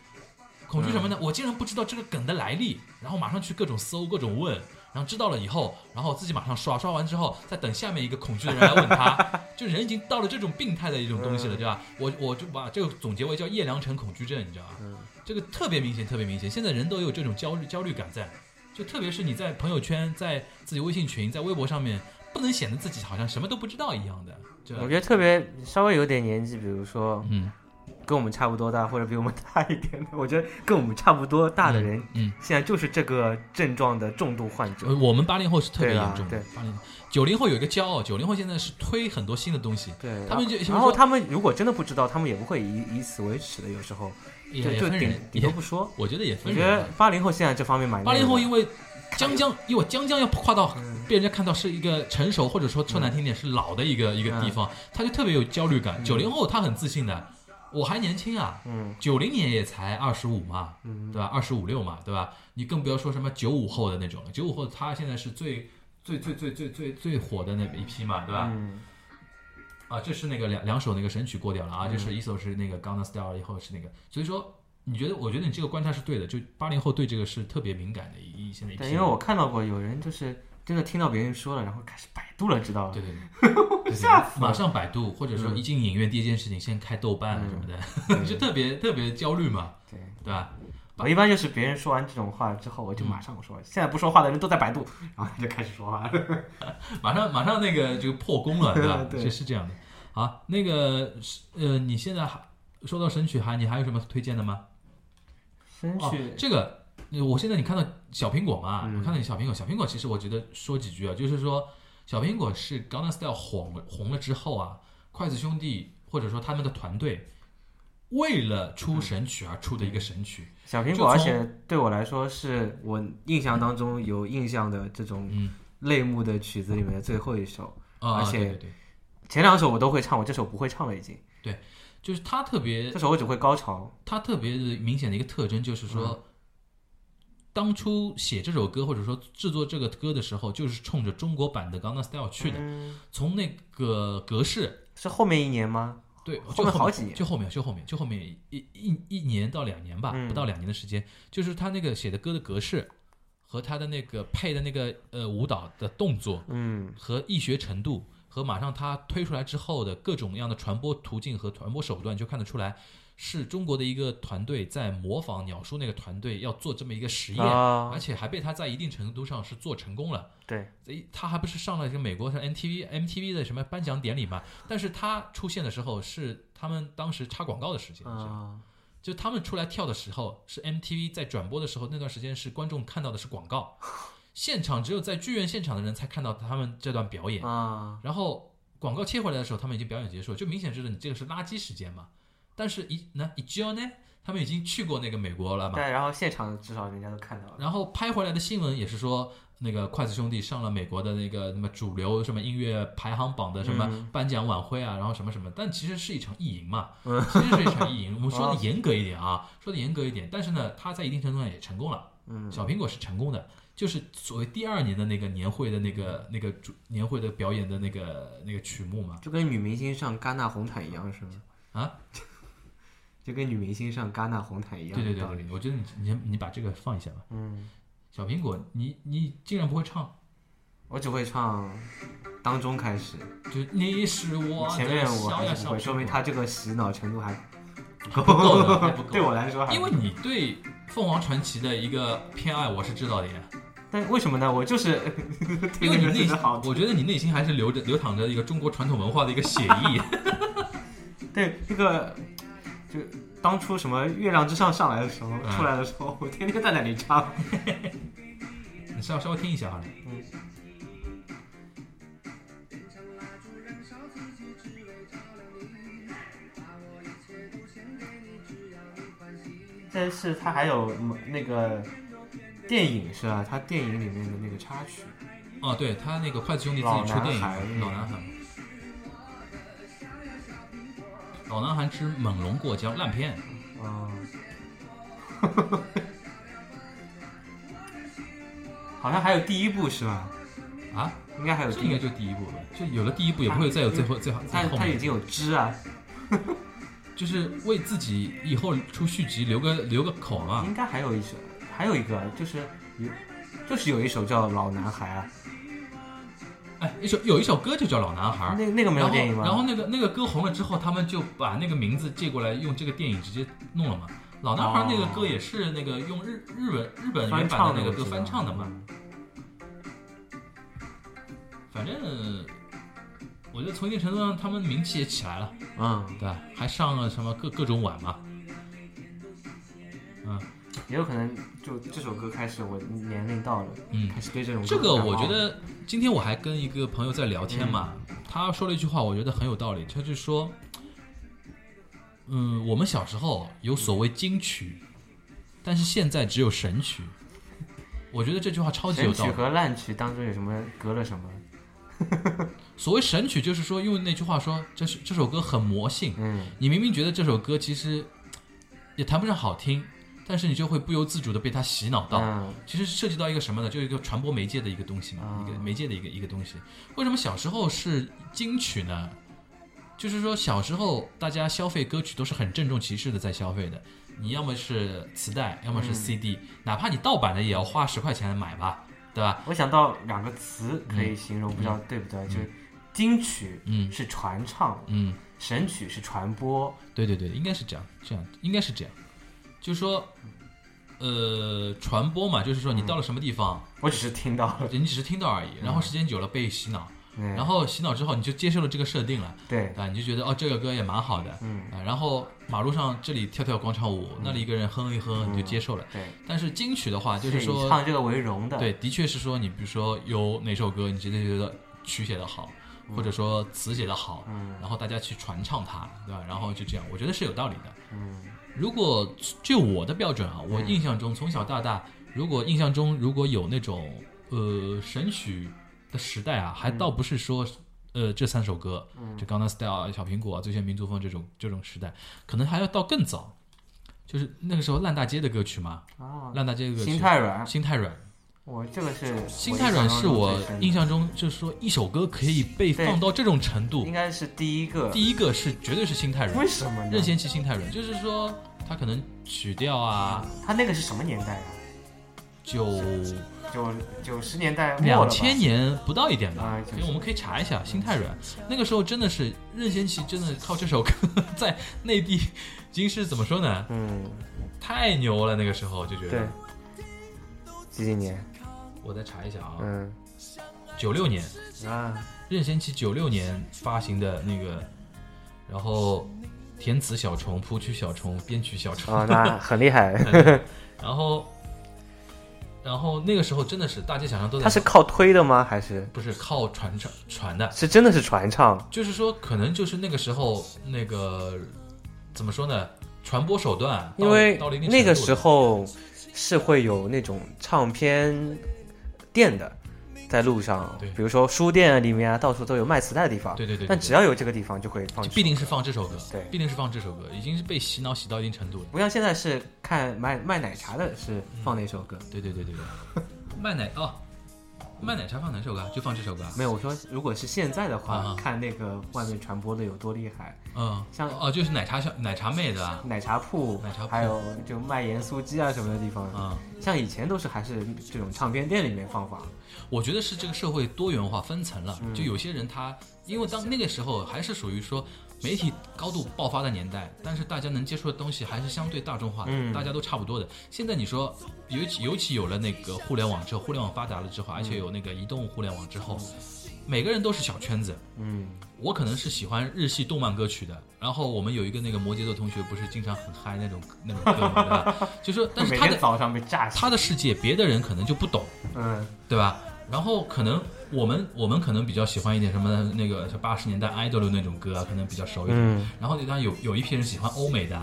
B: 恐惧什么呢？我竟然不知道这个梗的来历，然后马上去各种搜、各种问，然后知道了以后，然后自己马上刷，刷完之后再等下面一个恐惧的人来问他，就人已经到了这种病态的一种东西了，对吧？我我就把这个总结为叫叶良辰恐惧症，你知道吧？这个特别明显，特别明显。现在人都有这种焦虑焦虑感在，就特别是你在朋友圈、在自己微信群、在微博上面，不能显得自己好像什么都不知道一样的。这
C: 我觉得特别稍微有点年纪，比如说
B: 嗯，
C: 跟我们差不多大，或者比我们大一点的，我觉得跟我们差不多大的人，
B: 嗯，
C: 现在就是这个症状的重度患
B: 呃
C: 者。
B: 我们八零后是特别
C: 对啊
B: 严重的
C: 对，
B: 八零九零后有一个骄傲，九零后现在是推很多新的东西，
C: 对，
B: 他们就
C: 然后他们如果真的不知道，他们也不会以以此为耻的，有时候
B: 也
C: 就
B: 也
C: 就
B: 分
C: 顶
B: 人，
C: 顶
B: 也
C: 多不说。
B: 我觉得也
C: 我
B: 分
C: 觉
B: 人
C: 得
B: 吧。
C: 八零后现在这方面蛮
B: 八零后因
C: 为
B: 为将将，因为将将要跨到
C: 嗯
B: 被人家看到是一个成熟，或者说说难听点是老的一个一个地
C: 嗯
B: 方，他就特别有焦虑感。九零后他很自信的，我还年轻啊，
C: 嗯
B: 九零年也才二十五嘛，
C: 嗯
B: 对吧？二十五六嘛，对吧？你更不要说什么九五后的那种了，九五后他现在是最最最最最最最火的那一批嘛，对吧？
C: 嗯
B: 啊，这是那个两两首那个神曲过掉了啊，
C: 嗯
B: 就是一首是那个《Gangnam Style》，以后是那个，所以说你觉得，我觉得你这个观察是对的，就八零后对这个是特别敏感的一一现在一批
C: 对，
B: 人，
C: 因为我看到过有人就是真的听到别人说了，然后开始百度了，知道吧？
B: 对对对
C: *laughs*
B: 对，吓死！马上百度，或者说一进影院第一件事情先开豆瓣啊什么的，
C: 嗯
B: *laughs* 就特别特别焦虑嘛，
C: 对，
B: 对吧？
C: 我一般就是别人说完这种话之后，我
B: 嗯
C: 就马上我说，现在不说话的人都在百度，然后他就开始说
B: *laughs*
C: 话
B: 哦
C: 了。
B: 马上马上那个就破功了，对吧
C: *laughs* ？对
B: 是是这样的。好，那个是呃，你现在还说到神曲还你还有什么推荐的吗？
C: 真
B: 哦
C: 是，
B: 这个，呃我现在你看到小苹果嘛？
C: 嗯
B: 我看到你小苹果，小苹果其实我觉得说几句啊，就是说小苹果是 Gangnam Style 红了红了之后啊，筷子兄弟或者说他们的团队为了出神曲而出的一个神曲，
C: 小苹
B: 就
C: 果，而
B: 从
C: 且对我来说是我印象当中有印象的这种
B: 嗯
C: 类目的曲子里面的最后一首。
B: 啊、
C: 而且
B: 对对对，
C: 前两首我都会唱，我这首不会唱了，已经。
B: 就是它特别
C: 这首我只会高潮。
B: 它特别的明显的一个特征就是说。
C: 嗯
B: 当初写这首歌或者说制作这个歌的时候，就是冲着中国版的《Gangnam Style》去的。
C: 嗯
B: 从那个格式，
C: 是后面一年吗？
B: 对，
C: 后
B: 就
C: 面
B: 后
C: 好几年
B: 就后面，就后面，就后面一一一年到两年吧，
C: 嗯
B: 不到两年的时间，就是他那个写的歌的格式和他的那个配的那个呃舞蹈的动作
C: 嗯，
B: 和易学程度和马上他推出来之后的各种各样的传播途径和传播手段，就看得出来是中国的一个团队在模仿鸟叔那个团队要做这么一个实验，
C: 啊
B: 而且还被他在一定程度上是做成功了。
C: 对，
B: 诶他还不是上了一个美国上 MTV MTV 的什么颁奖典礼嘛？但是他出现的时候是他们当时插广告的时间，
C: 啊，
B: 就他们出来跳的时候是 MTV 在转播的时候，那段时间是观众看到的是广告，现场只有在剧院现场的人才看到他们这段表演。
C: 啊，
B: 然后广告切回来的时候，他们已经表演结束了，就明显知道你这个是垃圾时间嘛。但是一那一教呢，他们已经去过那个美国了嘛，
C: 对，然后现场至少人家都看到了。
B: 然后拍回来的新闻也是说，那个筷子兄弟上了美国的那个什么主流什么音乐排行榜的什么
C: 嗯
B: 颁奖晚会啊，然后什么什么，但其实是一场意淫嘛，
C: 嗯
B: 其实是一场
C: *laughs*
B: 意淫。我们说
C: 哦
B: 的严格一点啊，说的严格一点，但是呢，他在一定程度上也成功了。
C: 嗯，
B: 小苹果是成功的，就是所谓第二年的那个年会的那个那个主年会的表演的那个那个曲目嘛，
C: 就跟女明星上戛纳红毯一样，是吗？
B: 啊，
C: 就跟女明星上戛纳红毯一
B: 对
C: 样
B: 对
C: 的
B: 对
C: 道
B: 对
C: 理。
B: 对，我觉得你你你把这个放一下吧。
C: 嗯，
B: 小苹果，你你竟然不会唱，
C: 我只会唱当中开始，
B: 就你是我的
C: 前面我
B: 小呀
C: 还是
B: 小
C: 不会，
B: 苹
C: 说明
B: 果
C: 他这个洗脑程度还
B: 不够的，还不够。
C: *laughs* 对我来说还
B: 因为你对凤凰传奇的一个偏爱，我是知道的
C: *laughs*
B: 呀。
C: 但为什么呢？我就是
B: 因
C: *laughs* 听
B: 为
C: 那
B: 你
C: 个
B: 内
C: 真
B: 心
C: 的好，听。
B: 我觉得你内心还是流着流淌着一个中国传统文化的一个血液。 *laughs*
C: 对那个就当初什么月亮之上上来的时候，
B: 嗯
C: 出来的时候，我天天在那里唱。
B: 你稍稍微听一下啊。
C: 但是他还有那个电影是吧？他电影里面的那个插曲，
B: 哦，对他那个筷子兄弟自己出电影《老
C: 老
B: 男
C: 男
B: 孩》。老男孩之猛龙过江烂片，
C: 嗯， *laughs* 好像还有第一部是吧？
B: 啊，
C: 应该还有
B: 这
C: 第
B: 应
C: 一
B: 该
C: 部，
B: 就第一部吧，就有了第一部也不会再有最后最后最
C: 他
B: 后
C: 他已
B: 面，
C: 经有知啊，
B: 就是为自己以后出续集留个留个口嘛。
C: 应该还有一首，还有一个就是有就是有一首叫《老男孩》啊，
B: 哎，一首有一首歌就叫《老男孩》，
C: 那那个没有
B: 啊然后
C: 电影吗？
B: 然后那个那个歌红了之后，他们就把那个名字借过来，用这个电影直接弄了嘛。老男孩
C: 哦
B: 那个歌也是那个用日日本日本
C: 翻
B: 原版
C: 唱
B: 的那个
C: 我
B: 歌
C: 知道
B: 翻唱的嘛。
C: 嗯
B: 反正我觉得从一定程度上，他们名气也起来了，
C: 嗯，
B: 对吧？还上了什么各各种晚嘛。嗯
C: 也有可能就这首歌开始，我年龄到了，
B: 嗯，
C: 开始对这种
B: 这
C: 歌
B: 个
C: 感冒
B: 我觉得今天我还跟一个朋友在聊天嘛，
C: 嗯
B: 他说了一句话，我觉得很有道理，他就说，嗯，我们小时候有所谓金曲，但是现在只有神曲。我觉得这句话超级有
C: 神
B: 道
C: 曲
B: 理。
C: 和烂曲当中有什么隔了什么？
B: 所谓神曲，就是说用那句话说，这是这首歌很魔性，
C: 嗯，
B: 你明明觉得这首歌其实也谈不上好听，但是你就会不由自主的被它洗脑到。
C: 嗯
B: 其实涉及到一个什么呢？就是一个传播媒介的一个东西嘛，
C: 啊
B: 一个媒介的一个一个东西。为什么小时候是金曲呢？就是说小时候大家消费歌曲都是很郑重其事的在消费的，你要么是磁带，要么是
C: 嗯
B: CD，、哪怕你盗版的也要花十块钱买吧，对吧？
C: 我想到两个词可以形容，不知道对不对？就是金曲
B: 嗯
C: 是传唱，
B: 嗯，
C: 神曲是传播。
B: 对对对，应该是这样，这样应该是这样，就是说，呃，传播嘛，就是说
C: 嗯
B: 你到了什么地方，
C: 我只是听到了，
B: 你只是听到而已，然后时间久了被洗脑，
C: 嗯
B: 然后洗脑之后你就接受了这个设定了。
C: 对，
B: 啊，你就觉得哦，这个歌也蛮好的，
C: 嗯
B: 啊，然后马路上这里跳跳广场舞，那里一个人哼一哼，你就接受了。
C: 对，
B: 但是金曲的话，啊就是
C: 以
B: 说，
C: 唱这个为荣的，
B: 对，的确是说，你比如说有哪首歌，你直接觉得曲写的好，或者说词写的好，
C: 嗯
B: 然后大家去传唱它，对吧？然后就这样，我觉得是有道理的。
C: 嗯
B: 如果就我的标准啊，我印象中从小到大，如果印象中如果有那种呃神曲的时代啊，
C: 嗯
B: 还倒不是说、呃这三首歌，就《Gangnam Style》啊、《小苹果》啊、《最炫民族风》这种这种时代，可能还要到更早，就是那个时候烂大街的歌曲嘛，
C: 啊，
B: 烂大街的歌曲，
C: 心啊太软，
B: 心太软，
C: 我这个是
B: 心太软是我印象中就是说一首歌可以被
C: 对
B: 放到这种程度
C: 应，该是第一个，
B: 第一个是绝对是心太软
C: 为，什么呢？
B: 任贤齐心太软，就是说他可能曲调啊。
C: 他那个是什么年代啊？
B: 九
C: 九九十年代末了
B: 两
C: 吧
B: 千年不到一点吧
C: 啊，就
B: 所
C: 是
B: 以我们可以查一下《心太
C: 啊
B: 软》。那个时候真的是任贤齐，真的靠这首歌 *laughs* 在内地已经是怎么说呢？
C: 嗯，
B: 太牛了！那个时候就觉
C: 对
B: 得，，
C: 几几年？
B: 我再查一下啊，
C: 嗯
B: 九六年
C: 啊，
B: 任贤齐九六年发行的那个，然后填词小虫、谱曲小虫、编曲小虫，
C: 哦，那很
B: *laughs*
C: 厉害。
B: 然后然后那个时候真的是大街小巷都
C: 他
B: 在
C: 是，靠推的吗？还是
B: 不是靠传唱传的，
C: 是真的是传唱？
B: 就是说，可能就是那个时候那个怎么说呢，传播手段到
C: 因为
B: 到了一定
C: 那个
B: 程度
C: 时候是会有那种唱片店的，在路上
B: 对，
C: 比如说书店里面啊，到处都有卖磁带的地方。
B: 对对对对
C: 但只要有这个地方，就会放
B: 就
C: 这首歌。
B: 必定是放这首歌，
C: 对
B: 必定是放这首歌，已经是被洗脑洗到一定程度了。
C: 不像现在是看卖卖奶茶的是放哪首歌？
B: 对对对对对，卖奶哦，卖奶茶放哪首歌啊？就放这首歌啊。
C: 没有，我说如果是现在的
B: 啊
C: 话
B: 啊，
C: 看那个外面传播的有多厉害，
B: 嗯，
C: 像
B: 哦，就是奶茶小奶茶妹的啊，
C: 奶茶铺
B: 奶茶铺，
C: 还有就卖盐酥鸡啊什么的地方，
B: 嗯，
C: 像以前都是还是这种唱片店里面放放。
B: 我觉得是这个社会多元化分层了，就有些人他因为当那个时候还是属于说媒体高度爆发的年代，但是大家能接触的东西还是相对大众化的，
C: 嗯
B: 大家都差不多的。现在你说，尤其尤其有了那个互联网之后，互联网发达了之后，而
C: 嗯
B: 且有那个移动互联网之后，每个人都是小圈子。
C: 嗯，
B: 我可能是喜欢日系动漫歌曲的，然后我们有一个那个摩羯座同学，不是经常很嗨那种那种歌嘛，对吧？ *laughs* 就说，但是
C: 每
B: 他
C: 天
B: 的
C: 早上被炸醒。
B: 他的世界，别的人可能就不懂，
C: 嗯，
B: 对吧？然后可能我们我们可能比较喜欢一点什么那个八十年代 idol 的那种歌啊，可能比较熟一点。
C: 嗯
B: 然后当然有有一批人喜欢欧美的，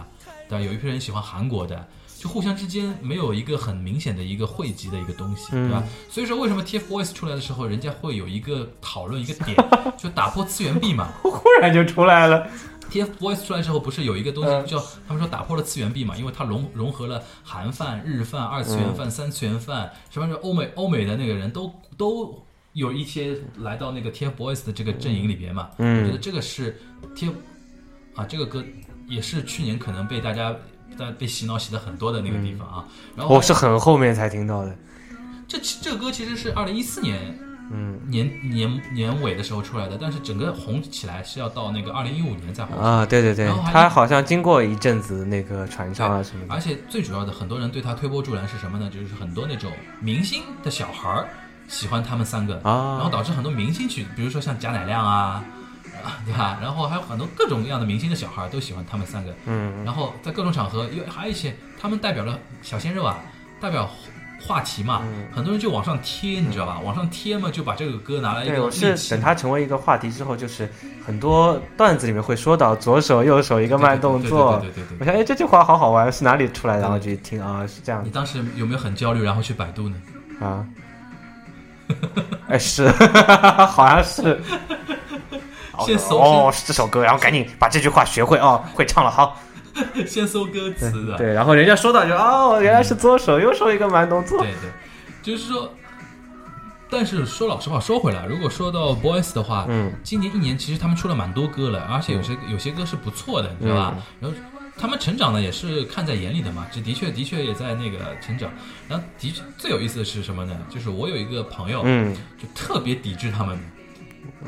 B: 对吧，有一批人喜欢韩国的，就互相之间没有一个很明显的一个汇集的一个东西，对吧？所以说为什么 TFBOYS 出来的时候，人家会有一个讨论一个点，就打破次元壁嘛。
C: 忽然就出来了。
B: TFBOYS 出来之后，不是有一个东
C: 嗯
B: 西叫他们说打破了次元壁嘛？因为它融融合了韩饭、日饭、二次元
C: 嗯
B: 饭、三次元饭，什么是欧美欧美的那个人都都有一些来到那个 TFBOYS 的这个阵营里边嘛。
C: 嗯
B: 我觉得这个是 T 啊，这个歌也是去年可能被
C: 嗯
B: 大家。大家被洗脑洗的很多的那个地方啊，然后
C: 我是很后面才听到的。
B: 这其这个歌其实是二零一四年
C: 嗯
B: 年年年尾的时候出来的，但是整个红起来是要到那个二零一五年才红起来。
C: 啊，对对对
B: 然后，还
C: 他好像经过一阵子那个传唱啊什么的，
B: 而且最主要的，很多人对他推波助澜是什么呢？就是很多那种明星的小孩儿喜欢他们三个，然后
C: 啊，
B: 导致很多明星去，比如说像贾乃亮啊，啊对吧？然后还有很多各种各样的明星的小孩儿都喜欢他们三个。
C: 嗯
B: 然后在各种场合，因为还有一些他们代表了小鲜肉啊，代表话题嘛，
C: 嗯，
B: 很多人就往上贴，你知道吧？往上贴嘛，就把这个歌拿来一
C: 对，
B: 个
C: 我是
B: 利器
C: 等他成为一个话题之后，就是很多段子里面会说到左手右手一个慢动作，
B: 对对对对对对对
C: 我想哎这句话好好玩，是哪里出来的？然后就一听啊是这样
B: 你当时有没有很焦虑，然后去百度呢？ *laughs*
C: 的啊， *laughs* 哎是， *laughs* 好像是。
B: 先搜
C: 哦，是这首歌，然后赶紧把这句话学会哦，会唱了，好。
B: 先搜歌词的，
C: 对，然后人家说到就哦，原来是左手右手一个慢动 *laughs* 作。
B: 对对，就是说，但是说老实话，说回来，如果说到 Boys 的话，
C: 嗯，
B: 今年一年其实他们出了蛮多歌了，而且有些有些歌是不错的，你知道吧？
C: 嗯
B: 然后他们成长呢也是看在眼里的嘛，这的确的确也在那个成长。然后的确最有意思的是什么呢？就是我有一个朋友
C: 嗯，
B: 就特别抵制他们，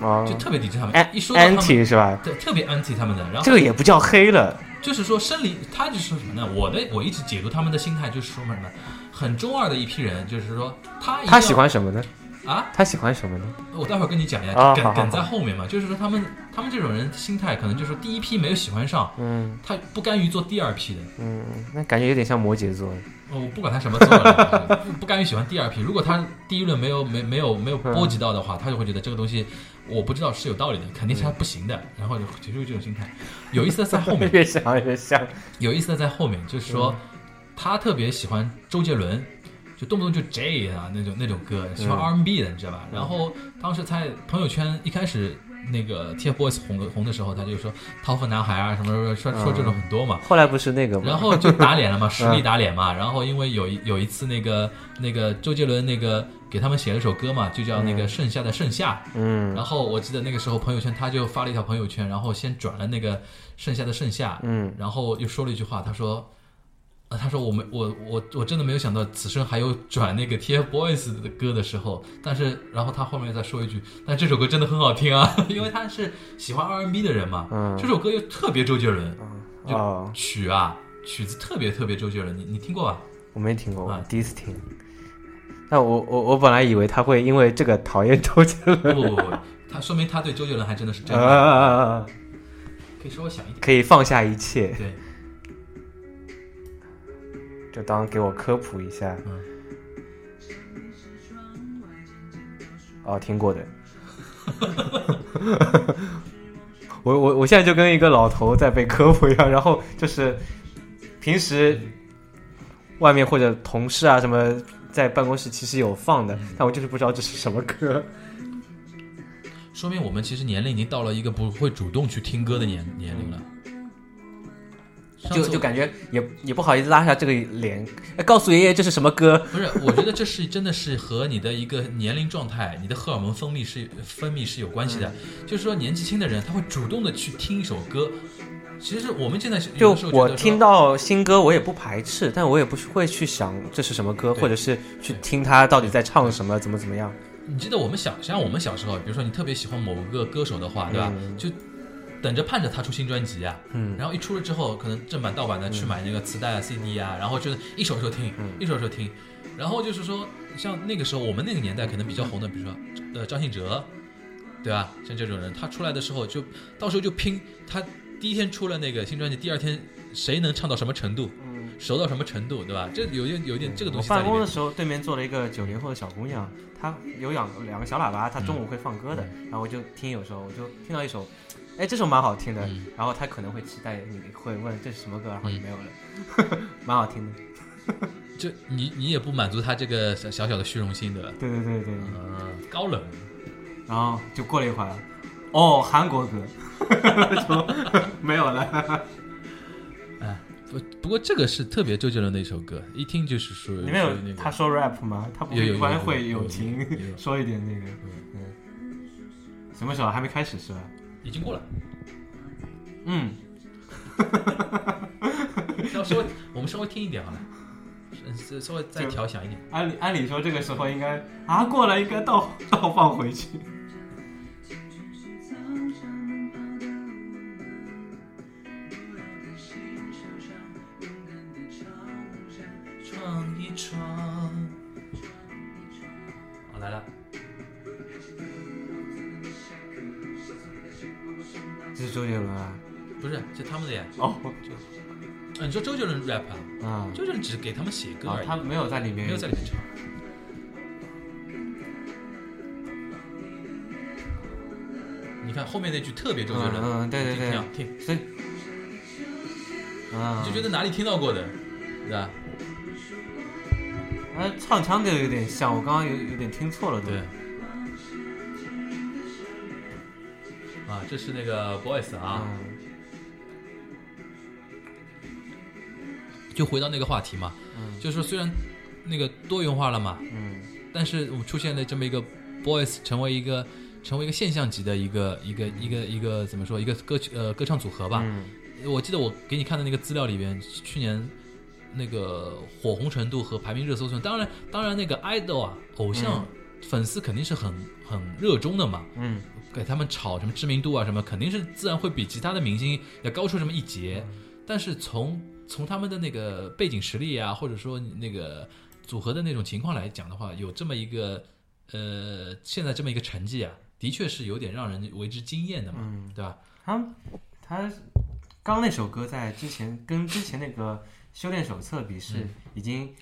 C: 哦
B: 就特别抵制他们，
C: ，an
B: 一说到他们。
C: anti 是吧？
B: 对，特别 anti 他们的，然后
C: 这个也不叫黑了，
B: 就是说生理，他就是说什么呢？我的我一直解读他们的心态就是说什么呢？很中二的一批人，就是说他一定要
C: 他喜欢什么呢？
B: 啊，
C: 他喜欢什么呢？
B: 我待会儿跟你讲一下，
C: 啊
B: 梗
C: 好好
B: 梗在后面嘛，就是说他们他们这种人心态可能就是第一批没有喜欢上，
C: 嗯
B: 他不甘于做第二批的。
C: 嗯，那感觉有点像摩羯座。
B: 哦我不管他什么做了， *laughs* 不不甘于喜欢第二批。如果他第一轮没有没没有没有波及到的话，他就会觉得这个东西我不知道是有道理的，肯定
C: 嗯
B: 是他不行的，然后就接受这种心态。有意思的在后面，
C: *laughs* 越想越像。
B: 有意思的在后面，就是说他特别喜欢周杰伦，就动不动就 J 啊那种那种歌，喜欢 R&B 的，你知道吧？然后当时在朋友圈一开始那个 TFBOYS 红的红的时候，他就说掏粪男孩啊什么什么说说这种很多嘛。
C: 后来不是那个吗？
B: 然后就打脸了嘛，实力打脸嘛。然后因为有一有一次那个那个周杰伦那个给他们写了首歌嘛，就叫那个《盛夏的盛夏》，
C: 嗯
B: 然后我记得那个时候朋友圈他就发了一条朋友圈，然后先转了那个盛夏的盛夏，
C: 嗯，
B: 然后又说了一句话，他说，呃，他说我没我我我真的没有想到此生还有转那个 TFBOYS 的歌的时候，但是然后他后面再说一句，但这首歌真的很好听啊， *laughs* 因为他是喜欢 R&B 的人嘛，
C: 嗯
B: 这首歌又特别周杰伦，
C: 哦，
B: 曲啊曲子特别特别周杰伦，你你听过
C: *laughs*
B: 吧？
C: 我没听过，我
B: 啊
C: 第一次听。但我我我本来以为他会因为这个讨厌周杰伦。
B: 不不不不，他说明他对周杰伦还真的是真爱，
C: 啊，
B: 可以稍微想一点，
C: 可以放下一切，
B: 对。
C: 就当给我科普一下。
B: 嗯
C: 哦，听过的。 *laughs* 我我我现在就跟一个老头在被科普一样，然后就是平时外面或者同事啊什么在办公室其实有放的，
B: 嗯
C: 但我就是不知道这是什么歌。
B: 说明我们其实年龄已经到了一个不会主动去听歌的年年龄了。上次
C: 就
B: 我
C: 就感觉也也不好意思拉下这个脸，哎告诉爷爷这是什么歌。
B: 不是，我觉得这是真的是和你的一个年龄状态、你的荷尔蒙分泌是分泌是有关系的。
C: 嗯
B: 就是说，年纪轻的人他会主动的去听一首歌。其实我们现在是有
C: 就
B: 的时候觉
C: 我
B: 得说
C: 听到新歌，我也不排斥，但我也不是会去想这是什么歌，
B: 对
C: 或者是去听他到底在唱什么，怎么怎么样。
B: 你记得我们小像我们小时候，比如说你特别喜欢某个歌手的话，对吧？就等着盼着他出新专辑啊，嗯，然后一出了之后，可能正版盗版的去买那个磁带啊、CD 啊，然后就是一首一首听，一首一首听，然后就是说，像那个时候我们那个年代可能比较红的，比如说呃张信哲，对吧？像这种人，他出来的时候就到时候就拼，他第一天出了那个新专辑，第二天谁能唱到什么程度，熟到什么程度，对吧？这有点有点这个东
C: 我
B: 西在
C: 办
B: 里
C: 公
B: 面
C: 的。时候，对面坐了一个九零后的小姑娘，她有两两个小喇叭，她中午
B: 嗯
C: 会放歌的，然后我就听，有时候我就听到一首，哎，这首蛮好听的，
B: 嗯
C: 然后她可能会期待你会问这是什么歌，然后你没有了， *laughs* 蛮好听的。
B: 就你你也不满足他这个小小小的虚荣心，对吧？
C: 对对对对，
B: 嗯，高冷。
C: 然后就过了一会儿，哦，韩国歌， *laughs* 就
B: *laughs*
C: 没有了。
B: 不不过这个是特别周杰伦的一首歌，一听就是属于
C: 里面
B: 属于那
C: 有
B: 个
C: 他说 rap 吗？他不
B: 有有
C: 会
B: 有
C: 一般
B: 有
C: 会
B: 有
C: 有
B: 有
C: 停
B: 有
C: 说一点那个，嗯，什么时候还没开始是吧？
B: 已经过了。
C: 嗯，
B: 要稍微我们稍微听一点好了，嗯，稍微再调响一点。
C: 按理按理说这个时候应该啊过来应该倒倒放回去。
B: 闯一闯。好哦来了，
C: 这是周杰伦啊？
B: 不是，这他们的呀。
C: 哦，
B: 啊，你说周杰伦 rap 啊？
C: 啊，
B: 周杰伦只是给他们写歌
C: 啊
B: 而已，
C: 他没有在里面，
B: 没有在里面唱。你看后面那句特别周杰伦，
C: 嗯嗯对对
B: 听
C: 对
B: 听啊听，
C: 所以，啊，
B: 就觉得哪里听到过的，对吧？
C: 嗯啊唱腔都有点像，我刚刚有有点听错了都。
B: 对。啊，这是那个 boys 啊，
C: 嗯
B: 就回到那个话题嘛，
C: 嗯
B: 就是说虽然那个多元化了嘛，
C: 嗯
B: 但是我出现了这么一个 boys 成为一个成为一个现象级的一个一个一个一个怎么说一个歌曲呃歌唱组合吧。
C: 嗯
B: 我记得我给你看的那个资料里边，去年那个火红程度和排名热搜程度，当然当然那个 idol 啊偶像、粉丝肯定是很很热衷的嘛，
C: 嗯
B: 给他们炒什么知名度啊什么，肯定是自然会比其他的明星要高出这么一截。
C: 嗯
B: 但是从从他们的那个背景实力啊，或者说那个组合的那种情况来讲的话，有这么一个呃现在这么一个成绩啊，的确是有点让人为之惊艳的嘛，
C: 嗯，
B: 对吧？
C: 他他刚那首歌在之前跟之前那个修炼手册比是已经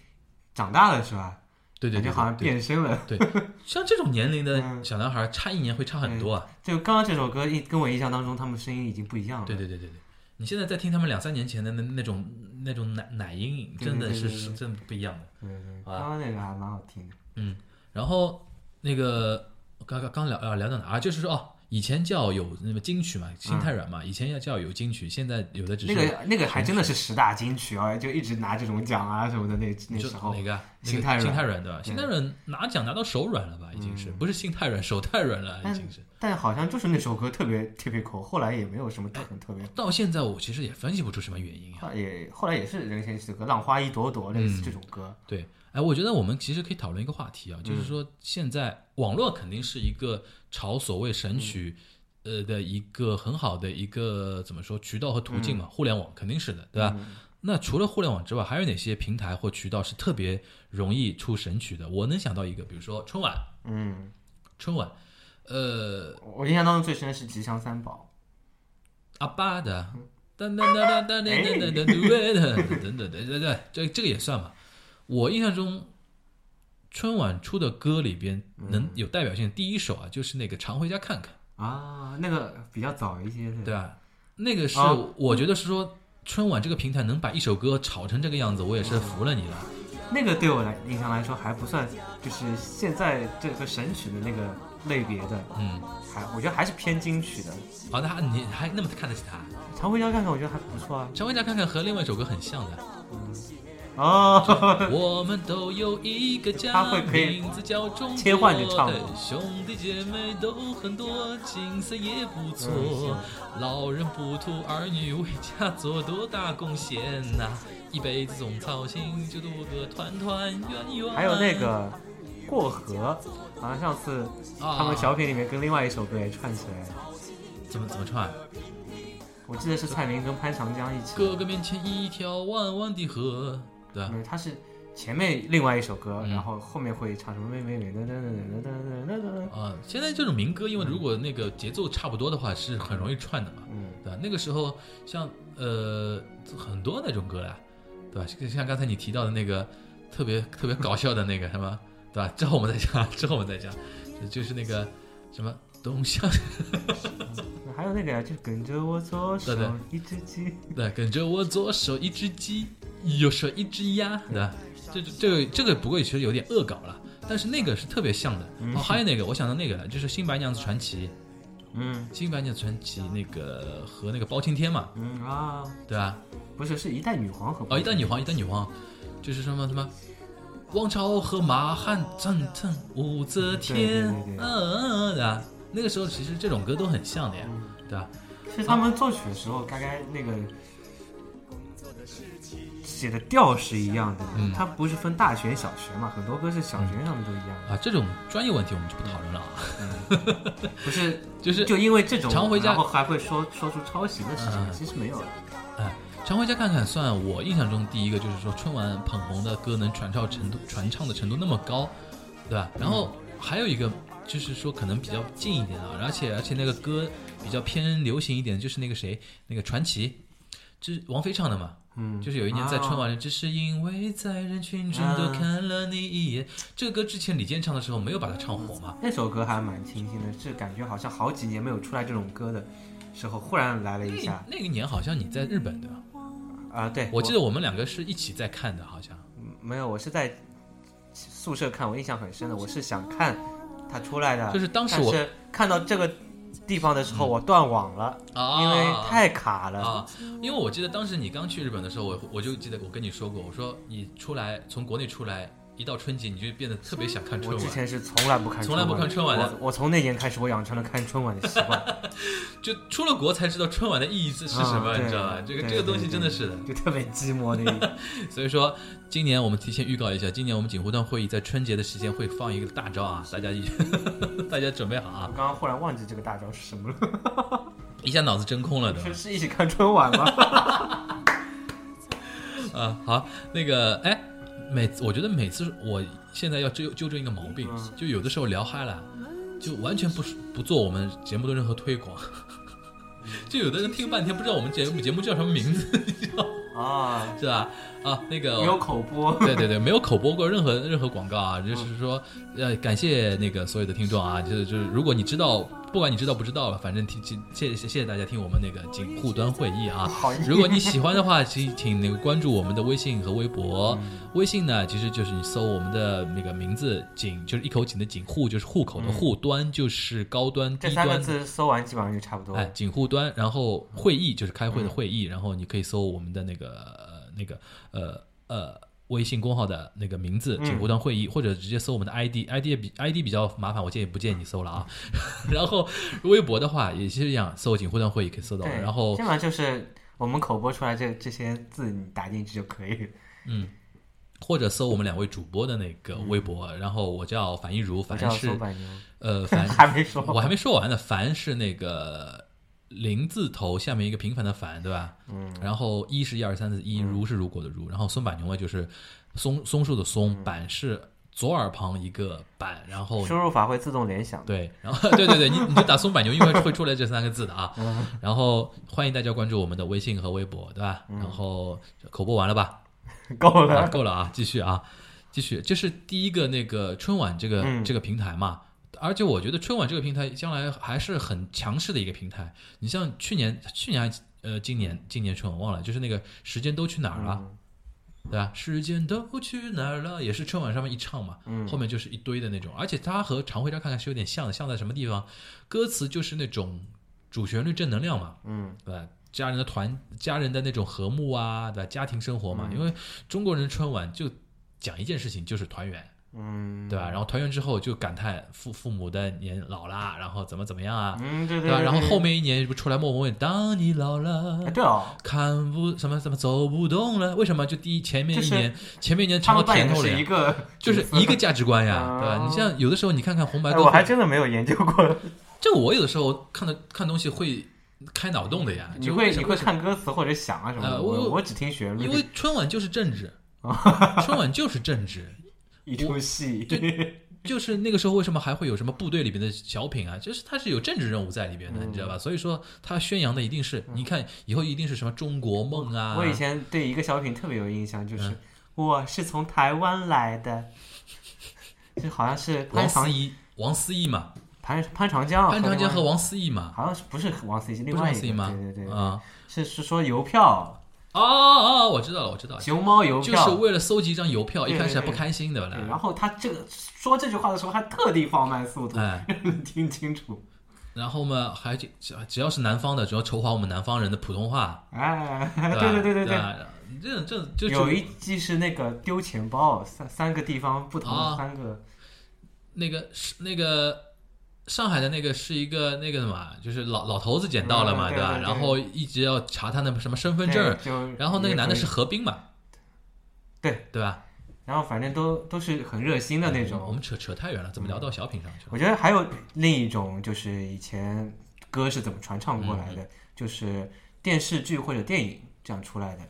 C: 长大了是吧？
B: 嗯对对
C: 感
B: 对
C: 觉好像
B: 对，
C: 变身了。 *laughs*
B: 像这种年龄的
C: 嗯
B: 小男孩，差一年会差很多啊。
C: 就刚刚这首歌一跟我印象当中他们声音已经不一样了。
B: 对对对对对，你现在再听他们两三年前的那那种那种奶奶音，真的是
C: 对对对对
B: 是真的不一样的。
C: 对对，
B: 好吧
C: 刚刚那个还蛮好听的。
B: 嗯，然后那个刚刚刚聊啊聊到哪啊？就是说哦，以前叫有那么金曲嘛，心太软嘛，以前要叫有金曲，现在有的只是
C: 嗯那个那个还真的是十大金曲啊，就一直拿这种奖啊什么的。那那
B: 你说
C: 时候
B: 哪个啊那个
C: 心太软嗯
B: 心太软对吧？心太软拿奖拿到手软了吧？已经是不是心太软，手太软了，已
C: 嗯
B: 经是。
C: 但好像就是那首歌特别 typical，后来也没有什么很特别，
B: 到现在我其实也分析不出什么原因啊。
C: 后来也后来也是任贤齐的歌《浪花一朵朵》类
B: 嗯
C: 似这种歌，
B: 对，哎，我觉得我们其实可以讨论一个话题啊，就是说现在网络肯定是一个朝所谓神曲，呃的一个很好的一个怎么说渠道和途径嘛，互联网肯定是的，对吧？那除了互联网之外，还有哪些平台或渠道是特别容易出神曲的？我能想到一个，比如说春晚，
C: 嗯，
B: 春晚，呃，
C: 我印象当中最深的是《吉祥三宝
B: 阿爸的。噔噔噔噔噔噔噔噔噔噔噔噔噔噔，这这个也算吧。我印象中，春晚出的歌里边能有代表性的第一首啊，就是那个《常回家看看》，》
C: 啊，那个比较早一些
B: 对
C: 的，
B: 吧？那个是
C: 啊
B: 我觉得是说春晚这个平台能把一首歌炒成这个样子，我也是服了你了。
C: 那个对我来印象来说还不算，就是现在这个神曲的那个类别的，
B: 嗯，
C: 还我觉得还是偏金曲的。
B: 好，那还你还那么看得起他？
C: 常回家看看，我觉得还不错啊。
B: 常回家看看和另外一首歌很像的，
C: *laughs* 哦，
B: 我们都有一个家，
C: 它会可以
B: 名字叫中国。
C: 切换着唱
B: 对兄弟姐妹都很多，景色也不错。老人不图儿女为家做多大贡献呐、一辈子总操心，就图个团团圆圆。
C: 还有那个过河，好像上次他们小品里面跟另外一首歌也串起来了。
B: 啊怎么怎么串？
C: 我记得是蔡明跟潘长江一起，
B: 哥哥面前一条弯弯的河，对吧？
C: 没有，他是前面另外一首歌，
B: 嗯
C: 然后后面会唱什么妹妹妹噔噔噔噔噔噔噔噔，
B: 啊、现在这种民歌，因为如果那个节奏差不多的话，是很容易串的嘛。
C: 嗯，
B: 对吧？那个时候像呃很多那种歌啦，对吧？就像刚才你提到的那个特别特别搞笑的那个什么，对吧？之后我们再讲，之后我们再讲，就就是那个什么东乡，
C: 还有那个呀，就跟着我左手
B: 对
C: 一只鸡，
B: 对，跟着我左手一只鸡，右手一只鸭，对吧？这这个这个不过其实有点恶搞了，但是那个是特别像的。哦，还有那个我想到那个了，就是《新白娘子传奇》，
C: 嗯
B: 《新白娘子传奇》那个和那个包青天嘛，
C: 嗯啊，
B: 对吧？
C: 不是，是一代女皇和
B: 哦，一代女皇，一代女皇，就是什么什么，王朝和马汉战争武则天，
C: 对对对对
B: 嗯嗯嗯，对吧？那个时候其实这种歌
C: 嗯
B: 都很像的呀，对吧？
C: 是他们作曲的时候，大概那个写的调是一样的，
B: 嗯
C: 它不是分大学小学嘛，很多歌是小学上的都一样的，
B: 啊，这种专业问题我们就不讨论了啊，
C: 不是
B: 嗯就是
C: 就因为这种，
B: 常回家
C: 然后还会说说出抄袭的事情，
B: 嗯
C: 其实没有的。
B: 哎，常回家看看，算我印象中第一个就是说春晚捧红的歌能传唱程度、传唱的程度那么高，对吧？然后还有一个就是说可能比较近一点啊，而且而且那个歌比较偏流行一点，就是那个谁，那个传奇，这是王菲唱的嘛。
C: 嗯，
B: 就是有一年在春晚
C: 啊
B: 里，只是因为在人群中多看了你一眼。这个歌之前李健唱的时候没有把它唱火嘛？
C: 那首歌还蛮清新的，是感觉好像好几年没有出来这种歌的时候，忽然来了一下
B: 那那个年好像你在日本对吧？
C: 啊。对，
B: 我记得我们两个是一起在看的，好像。
C: 没有，我是在宿舍看，我印象很深的，我是想看他出来的，
B: 就是当时我嗯
C: 但是看到这个地方的时候，我断网了，
B: 啊，
C: 因为太卡了。
B: 啊，因为我记得当时你刚去日本的时候，我我就记得我跟你说过，我说你出来从国内出来，一到春节你就变得特别想看
C: 我
B: 春
C: 之
B: 晚，
C: 前是从来不看
B: 从
C: 春晚的，
B: 来不看春晚的
C: 我我从那年开始，我养成了看春晚的习惯，
B: 就出了国才知道春晚的意义 *laughs* 是是什么，
C: 啊
B: 你知道吧？这
C: 对
B: 个
C: 对
B: 这个东西
C: 对
B: 真的是的。
C: 就特别寂寞
B: *laughs*
C: 那一。
B: 所以说，今年我们提前预告一下，今年我们锦湖端会议在春节的时间会放一个大招啊，大家一 *laughs* 大家准备好
C: 我
B: 啊，
C: 刚刚忽然忘记这个大招是什么了，
B: 一下脑子真空了对吧？
C: 是一起看春晚
B: *laughs*
C: 吗？
B: 啊，好，那个，哎，每次我觉得每次我现在要纠纠正一个毛病，
C: 嗯
B: 就有的时候聊嗨了，就完全不是不做我们节目的任何推广， *laughs* 就有的人听半天不知道我们节目节目叫什么名字，
C: 啊，
B: 是吧？啊，那个
C: 没有口播，
B: 对对对，没有口播过任何任何广告啊，
C: 嗯
B: 就是说，呃，感谢那个所有的听众啊，就是就是，如果你知道，不管你知道不知道吧，反正听听谢谢谢谢大家听我们那个锦户端会议啊。
C: 好硬
B: 如果你喜欢的话，请请那个关注我们的微信和微博。
C: 嗯
B: 微信呢，其实就是你搜我们的那个名字“锦”，就是一口井的“井”，户就是户口的“户”，端就是高端、
C: 嗯这
B: 低
C: 三个
B: 端。
C: 字搜完基本上就差不多
B: 哎
C: 了，。
B: 警户端，然后会议就是开会的会议，然后你可以搜我们的那个呃那个呃呃微信公号的那个名字“
C: 嗯
B: 警户端会议”，或者直接搜我们的 ID，ID 也比 ID 比较麻烦，我建议不建议你搜了啊。 *laughs* 然后微博的话也是一样，搜“警户端会议”可以搜到。
C: 对，
B: 然后
C: 基本上就是我们口播出来这这些字，你打进去就可以了。
B: 嗯，或者搜我们两位主播的那个微博，然后我叫樊一茹，
C: 我
B: 樊
C: 叫
B: 是
C: 松柏牛， *laughs*
B: 呃樊
C: 还没说
B: 我还没说完呢。凡是那个林字头下面一个平凡的凡，对吧？嗯。然后一是一二三四
C: 嗯
B: 一，如是如果的如。然后松柏牛嘛，就是松松树的
C: 嗯
B: 松，板是左耳旁一个板，然后
C: 输入法会自动联想。
B: 对，然后 *laughs* 对对对，你你就打松柏牛，应该会出来这三个字的
C: *laughs*
B: 啊。
C: 嗯
B: 然后欢迎大家关注我们的微信和微博，对吧？
C: 嗯
B: 然后口播完了吧？*laughs*
C: 够
B: 啊，
C: 了，
B: 够了啊，继续啊，继续，这是第一个那个春晚这个、
C: 嗯
B: 这个平台嘛，而且我觉得春晚这个平台将来还是很强势的一个平台。你像去年、去年还呃今年今年春晚忘了，就是那个时间都去哪儿
C: 嗯
B: 了，啊对吧？时间都去哪儿了，也是春晚上面一唱嘛，
C: 嗯
B: 后面就是一堆的那种，而且它和常回家看看是有点像的，像在什么地方？歌词就是那种主旋律正能量嘛，
C: 嗯，
B: 对吧家人的团，家人的那种和睦啊，对吧？家庭生活嘛，
C: 嗯
B: 因为中国人春晚就讲一件事情，就是团圆，
C: 嗯，
B: 对吧？啊然后团圆之后就感叹父父母的年老啦，然后怎么怎么样啊，
C: 嗯，对
B: 对吧？
C: 对。
B: 然后
C: 对
B: 后，面一年不出来莫文蔚，当你老了
C: 哎，。对哦，
B: 看不什么什么走不动了，为什么？就第一前面
C: 就
B: 一
C: 是
B: 年，前面一年
C: 他
B: 尝到
C: 们扮演
B: 甜头
C: 的
B: 了
C: 是一
B: 呀，
C: 个，
B: 就是一个价值观呀，
C: 啊
B: 对吧？你像有的时候你看看红白
C: 哎，
B: 歌
C: 我还
B: 会，
C: 真的没有研究过。
B: 这我有的时候看的看东西会开脑洞的呀。
C: 你
B: 就为
C: 会
B: 什
C: 你
B: 么
C: 会看歌词或者想啊什么
B: 呃
C: 的？
B: 我
C: 我我只听旋律，
B: 因为春晚就是政
C: *laughs*
B: 治，春晚就是政治，
C: 一出戏。 *laughs*
B: 就是那个时候为什么还会有什么部队里面的小品啊？就是它是有政治任务在里边
C: 嗯
B: 的，你知道吧？所以说它宣扬的一定是，你看以后一定是什么中国梦啊，嗯
C: 我以前对一个小品特别有印象，就是我是从台湾来的，这好像是潘
B: 王
C: 长
B: 思怡，王思怡嘛，
C: 潘潘长江，
B: 潘长江
C: 和
B: 和
C: 另外
B: 王思怡嘛，
C: 好像是不是王思怡，是
B: 不
C: 另
B: 是
C: 外
B: 王
C: 一个，
B: 思怡吗？
C: 对对对，
B: 啊，
C: 是是说邮票，
B: 哦哦哦，我知道了，我知道了。
C: 熊猫邮
B: 就
C: 票。
B: 是为了搜集一张邮票，一
C: 对对
B: 开始还不
C: 对
B: 开心的
C: 对
B: 本
C: 然
B: 来，
C: 后他这个说这句话的时候，还特地放慢速度，
B: 哎，
C: 让你 *laughs* 听清楚。
B: 然后嘛，还就只只要是南方的，主要筹划我们南方人的普通
C: *laughs*
B: 话，
C: 哎，
B: 吧
C: 对对对
B: 对吧，这种这种就
C: 对，
B: 是
C: 有一季是那个丢钱包，三三个地方不同
B: 啊
C: 的三个，
B: 那个是那个上海的那个是一个那个什么，啊就是老老头子捡到了嘛，
C: 嗯
B: 对吧？
C: 对对对
B: 然后一直要查他的什么身份
C: 对
B: 证，
C: 就
B: 然后那个男的是何冰嘛，
C: 对
B: 对吧？
C: 然后反正都都是很热心的那
B: 嗯我
C: 种。嗯
B: 们扯扯太远了，怎么聊到小品上去了？
C: 我觉得还有另一种，就是以前歌是怎么传唱过来
B: 嗯
C: 的，就是电视剧或者电影这样出来的。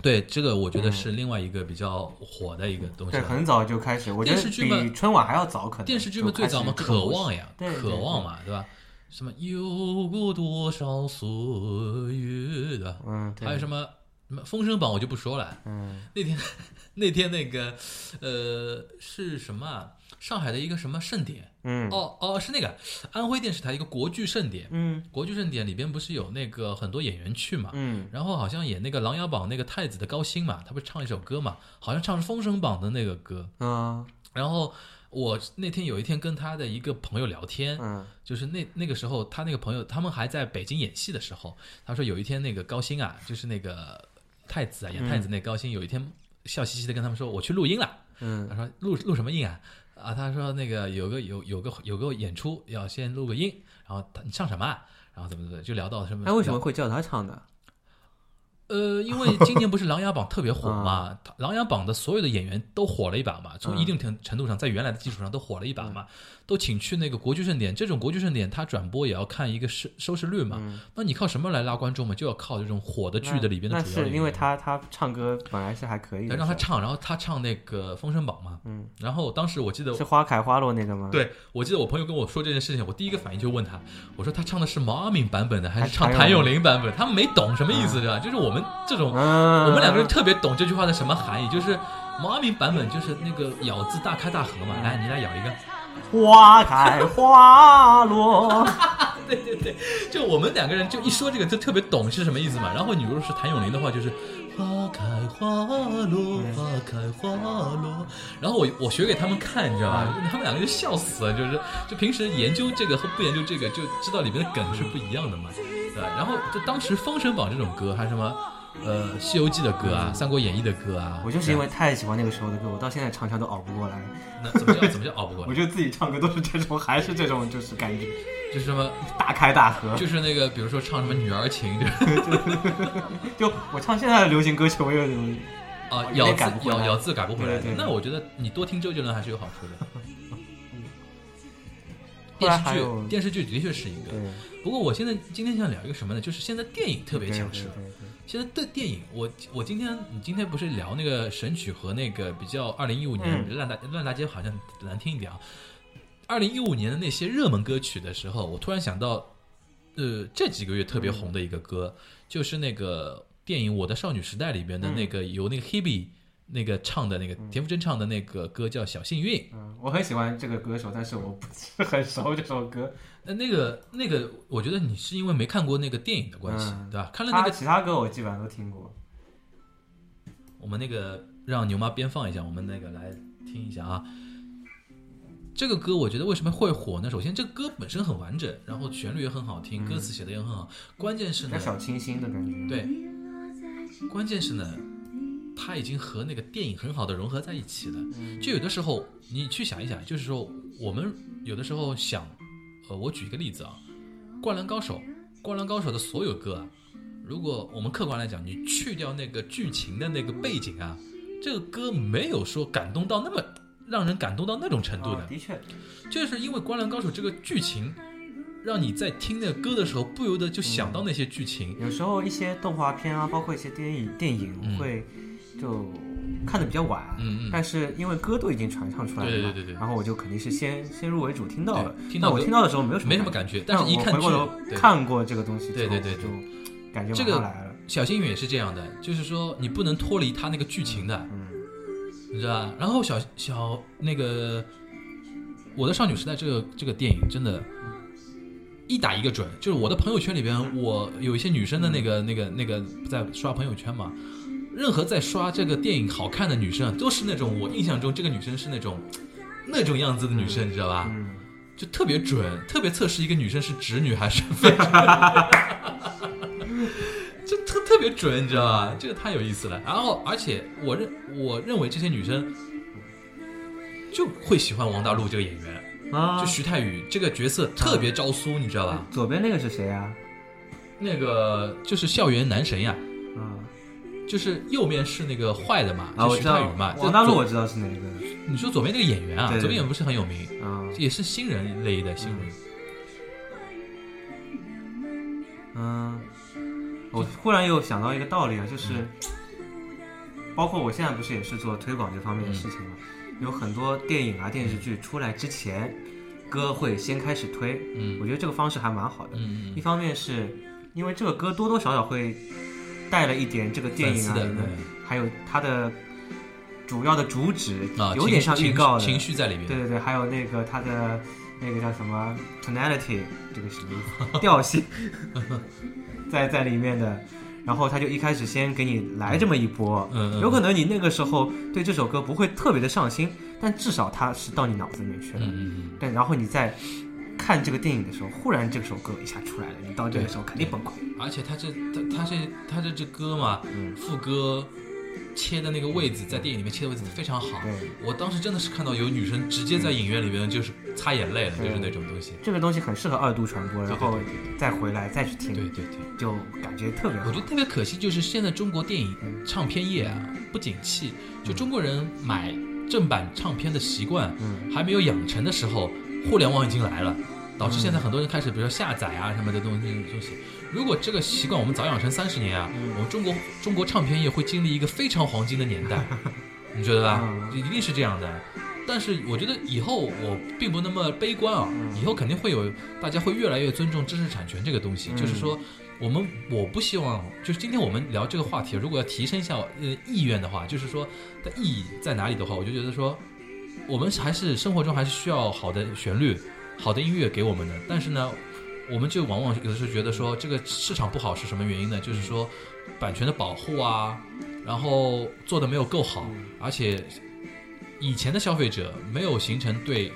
B: 对，这个我觉得是另外一个比较火的一个东西
C: 对，
B: 了。
C: 很早就开始，我觉得
B: 电视剧嘛
C: 比春晚还要早，可能
B: 电视剧嘛，
C: 就开
B: 最
C: 始
B: 早嘛，
C: 这种
B: 渴
C: 模
B: 望
C: 式
B: 呀，
C: 对对
B: 渴望嘛，对吧？什么有过多少岁月，对吧？
C: 嗯，
B: 还有什么什么《封神榜》，我就不说了。
C: 嗯，
B: 那天那天那个呃是什么、啊？上海的一个什么盛典？
C: 嗯
B: 哦哦，是那个安徽电视台一个国剧盛典。
C: 嗯
B: 国剧盛典里边不是有那个很多演员去嘛？
C: 嗯
B: 然后好像演那个《琅琊榜》那个太子的高鑫嘛，他不是唱一首歌嘛？好像唱《是《封神榜》的那个歌。
C: 嗯
B: 然后我那天有一天跟他的一个朋友聊天，
C: 嗯
B: 就是那那个时候他那个朋友他们还在北京演戏的时候，他说有一天那个高鑫啊，就是那个太子啊演太子那个高鑫，有一天笑嘻嘻的跟他们说我去录音了，
C: 嗯
B: 他说录录什么音啊？啊，他说那个有个有有个有个演出要先录个音，然后他你唱什么、啊？然后怎么怎么就聊到什么？
C: 哎，为什么会叫他唱呢？
B: 呃，因
C: *laughs*
B: 为今年不是《琅琊榜》特别火
C: 啊
B: 嘛，《琅琊榜》的所有的演员都火了一把嘛，
C: 嗯
B: 从一定程程度上，在原来的基础上都火了一把嘛，都请去那个国剧盛典。这种国剧盛典，它转播也要看一个收收视率嘛。那你靠什么来拉观众嘛？就要靠这种火的剧的里边的
C: 嗯那
B: 主要演
C: 是
B: 员。
C: 因为他他唱歌本来是还可以的，
B: 对让他
C: 是吧
B: 唱，然后他唱那个《封神榜》嘛。
C: 嗯。
B: 然后当时我记得
C: 是花开花落那个吗？，
B: 对，我记得我朋友跟我说这件事情，我第一个反应就问他，我说他唱的是毛阿敏版本的还
C: 还
B: 是
C: 是
B: 唱
C: 谭
B: 谭
C: 咏啊
B: 咏麟版本？他们没懂什么意思，对吧？就是我们这种，
C: 嗯，
B: 我们两个人特别懂这句话的什么含义，就是毛阿敏版本就是那个咬字大开大合
C: 嗯
B: 嘛，来你来咬一个，
C: 花开花
B: *laughs*
C: 落，
B: 对对对，就我们两个人就一说这个就特别懂是什么意思嘛。然后你如果是谭咏麟的话，就是花开花落，
C: 嗯
B: 花开花落。然后我我学给他们看，你知道吧？
C: 嗯
B: 他们两个就笑死了，就是就平时研究这个和不研究这个，就知道里面的梗是不一样的嘛，对吧？然后就当时《封神榜》这种歌，还有什么呃《西游记》的歌啊，《三国演义》的歌啊，
C: 我就是因为太喜欢那个时候的歌，我到现在常常都熬不过来。
B: 那怎么叫怎么叫熬不过
C: 我
B: 来，
C: 觉得自己唱歌都是这种，还是这种，就是感觉
B: 就是什么。
C: 大开大合。
B: 就是那个，比如说唱什么《女儿情》，就是
C: 就我唱现在的流行歌曲，我有种
B: 啊，
C: 哦有
B: 咬
C: 点
B: 字
C: 改不回
B: 咬
C: 来
B: 咬字改不回来的
C: 对对对
B: 那我觉得你多听周杰伦还是有好处
C: *laughs*
B: 的。
C: 后
B: 电
C: 来
B: 视
C: 还有
B: 剧，电视剧的确是一个。
C: 对
B: 不过我现在今天想聊一个什么呢？就是现在电影特别
C: 对
B: 强势
C: 对
B: 了。
C: 对
B: 现在的电影，我我今天你今天不是聊那个神曲和那个比较二零一五年
C: 嗯
B: 烂大、烂大街好像难听一点啊。二零一五年的那些热门歌曲的时候，我突然想到，呃，这几个月特别红的一个
C: 嗯
B: 歌，就是那个电影《我的少女时代》里边的那个、
C: 嗯
B: 由那个 Hebe 那个唱的那个田馥甄唱的那个歌叫《小幸运》。
C: 嗯，我很喜欢这个歌手，但是我不是很熟这首歌。
B: 那那个那个，我觉得你是因为没看过那个电影的关系，
C: 嗯
B: 对吧？看了那
C: 他
B: 个，
C: 其他歌我基本上都听过。
B: 我们那个让牛妈边放一下，我们那个来听一下啊。这个歌我觉得为什么会火呢？首先，这个歌本身很完整，然后旋律也很好听，歌词写的也很好，关键是
C: 比
B: 呢
C: 较，小清新的感觉。
B: 对，关键是呢，它已经和那个电影很好的融合在一起了。就有的时候你去想一想，就是说我们有的时候想，呃，我举一个例子啊，《灌篮高手》，《灌篮高手》的所有歌啊，如果我们客观来讲，你去掉那个剧情的那个背景啊，这个歌没有说感动到那么让人感动到那种程度的
C: 啊，。的确，
B: 就是因为《灌篮高手》这个剧情，让你在听那个歌的时候，不由得就想到那些剧情。
C: 有时候一些动画片啊，包括一些电影电影，
B: 嗯
C: 我会就看的比较晚。
B: 嗯嗯，
C: 但是因为歌都已经传唱出来了嘛，
B: 对对对对对
C: 然后我就肯定是先先入为主听到了
B: 对，听到
C: 但我
B: 歌
C: 听到的时候没有什么
B: 没什么
C: 感
B: 感觉，但是一
C: 我
B: 看
C: 回
B: 剧
C: 过头，
B: 对
C: 看过这个东西之后，
B: 对对对对
C: 就感觉
B: 这
C: 马
B: 个
C: 上来了，
B: 小幸运也是这样的，就是说你不能脱离他那个剧情的，
C: 嗯
B: 你知道吧？然后小小那个《我的少女时代》这个这个电影真的，一打一个准。就是我的朋友圈里边，我有一些女生的那个那个那个在刷朋友圈嘛，任何在刷这个电影好看的女生，都是那种我印象中这个女生是那种那种样子的女生，你知道吧？
C: 嗯，
B: 就特别准，特别测试一个女生是直女还是非直女， *laughs* 这特特别准，你知道吧？这个太有意思了。然后，而且我认我认为这些女生就会喜欢王大陆这个演员，
C: 啊哎嗯
B: 就，徐太宇这个角色特别招苏，你知道吧？
C: 左边那个是谁啊？
B: 那个就是校园男神呀，
C: 啊
B: 就是右面是那个坏的嘛，
C: 啊，
B: 就
C: 我
B: 徐
C: 知
B: 太
C: 道
B: 宇嘛。，
C: 王大陆
B: 就
C: 我
B: 左
C: 知道是哪个
B: 你说左边那个演员啊，
C: 对对对
B: 左边演员不是很有名，
C: 啊，
B: 也是新人类的新人。
C: 嗯，我忽然又想到一个道理啊，就是，包括我现在不是也是做推广这方面的事情嘛，有很多电影啊电视剧出来之前，歌会先开始推，
B: 嗯
C: 我觉得这个方式还蛮好的。
B: 嗯
C: 一方面是因为这个歌多多少少会带了一点这个电影啊
B: 粉丝的嗯
C: 什么的
B: 对
C: 还有它的主要的主旨
B: 嗯啊，
C: 有点像
B: 情
C: 预告的，
B: 情情绪在里面。
C: 对对对，还有那个它的那个叫什么 tonality，这个什么意思？调
B: *laughs*
C: 性在在里面的。然后他就一开始先给你来这么一波，
B: 嗯嗯
C: 有可能你那个时候对这首歌不会特别的上心，但至少它是到你脑子里面去了。
B: 嗯嗯
C: 但然后你在看这个电影的时候，忽然这首歌一下出来了，你到这个时候肯定崩溃。
B: 嗯，而且他这他他这他这支歌嘛，
C: 嗯
B: 副歌切的那个位置，在电影里面切的位置非常好。
C: 对，
B: 我当时真的是看到有女生直接在影院里面就是擦眼泪了，
C: 对
B: 就是那种东西。
C: 这个东西很适合二度传播，然后再回来再去
B: 对
C: 听，
B: 对对，
C: 就感觉特别
B: 我
C: 好
B: 觉。得特别可惜，就是现在中国电
C: 嗯
B: 影唱片业啊不景气，就中国人买正版唱片的习惯
C: 嗯
B: 还没有养成的时候，互联网已经来了，导致
C: 嗯
B: 现在很多人开始，比如说下载啊什么的东西东西。如果这个习惯我们早养成三十年啊，
C: 嗯
B: 我们中国中国唱片业会经历一个非常黄金的年
C: *laughs*
B: 代，你觉得吧？
C: 嗯
B: 一定是这样的。但是我觉得以后我并不那么悲观啊，
C: 嗯
B: 以后肯定会有大家会越来越尊重知识产权这个东西，就是说。我们我不希望，就是今天我们聊这个话题，如果要提升一下呃意愿的话，就是说的意义在哪里的话，我就觉得说，我们还是生活中还是需要好的旋律、好的音乐给我们的。但是呢，我们就往往有的时候觉得说，这个市场不好是什么原因呢？就是说版权的保护啊，然后做的没有够好，而且以前的消费者没有形成对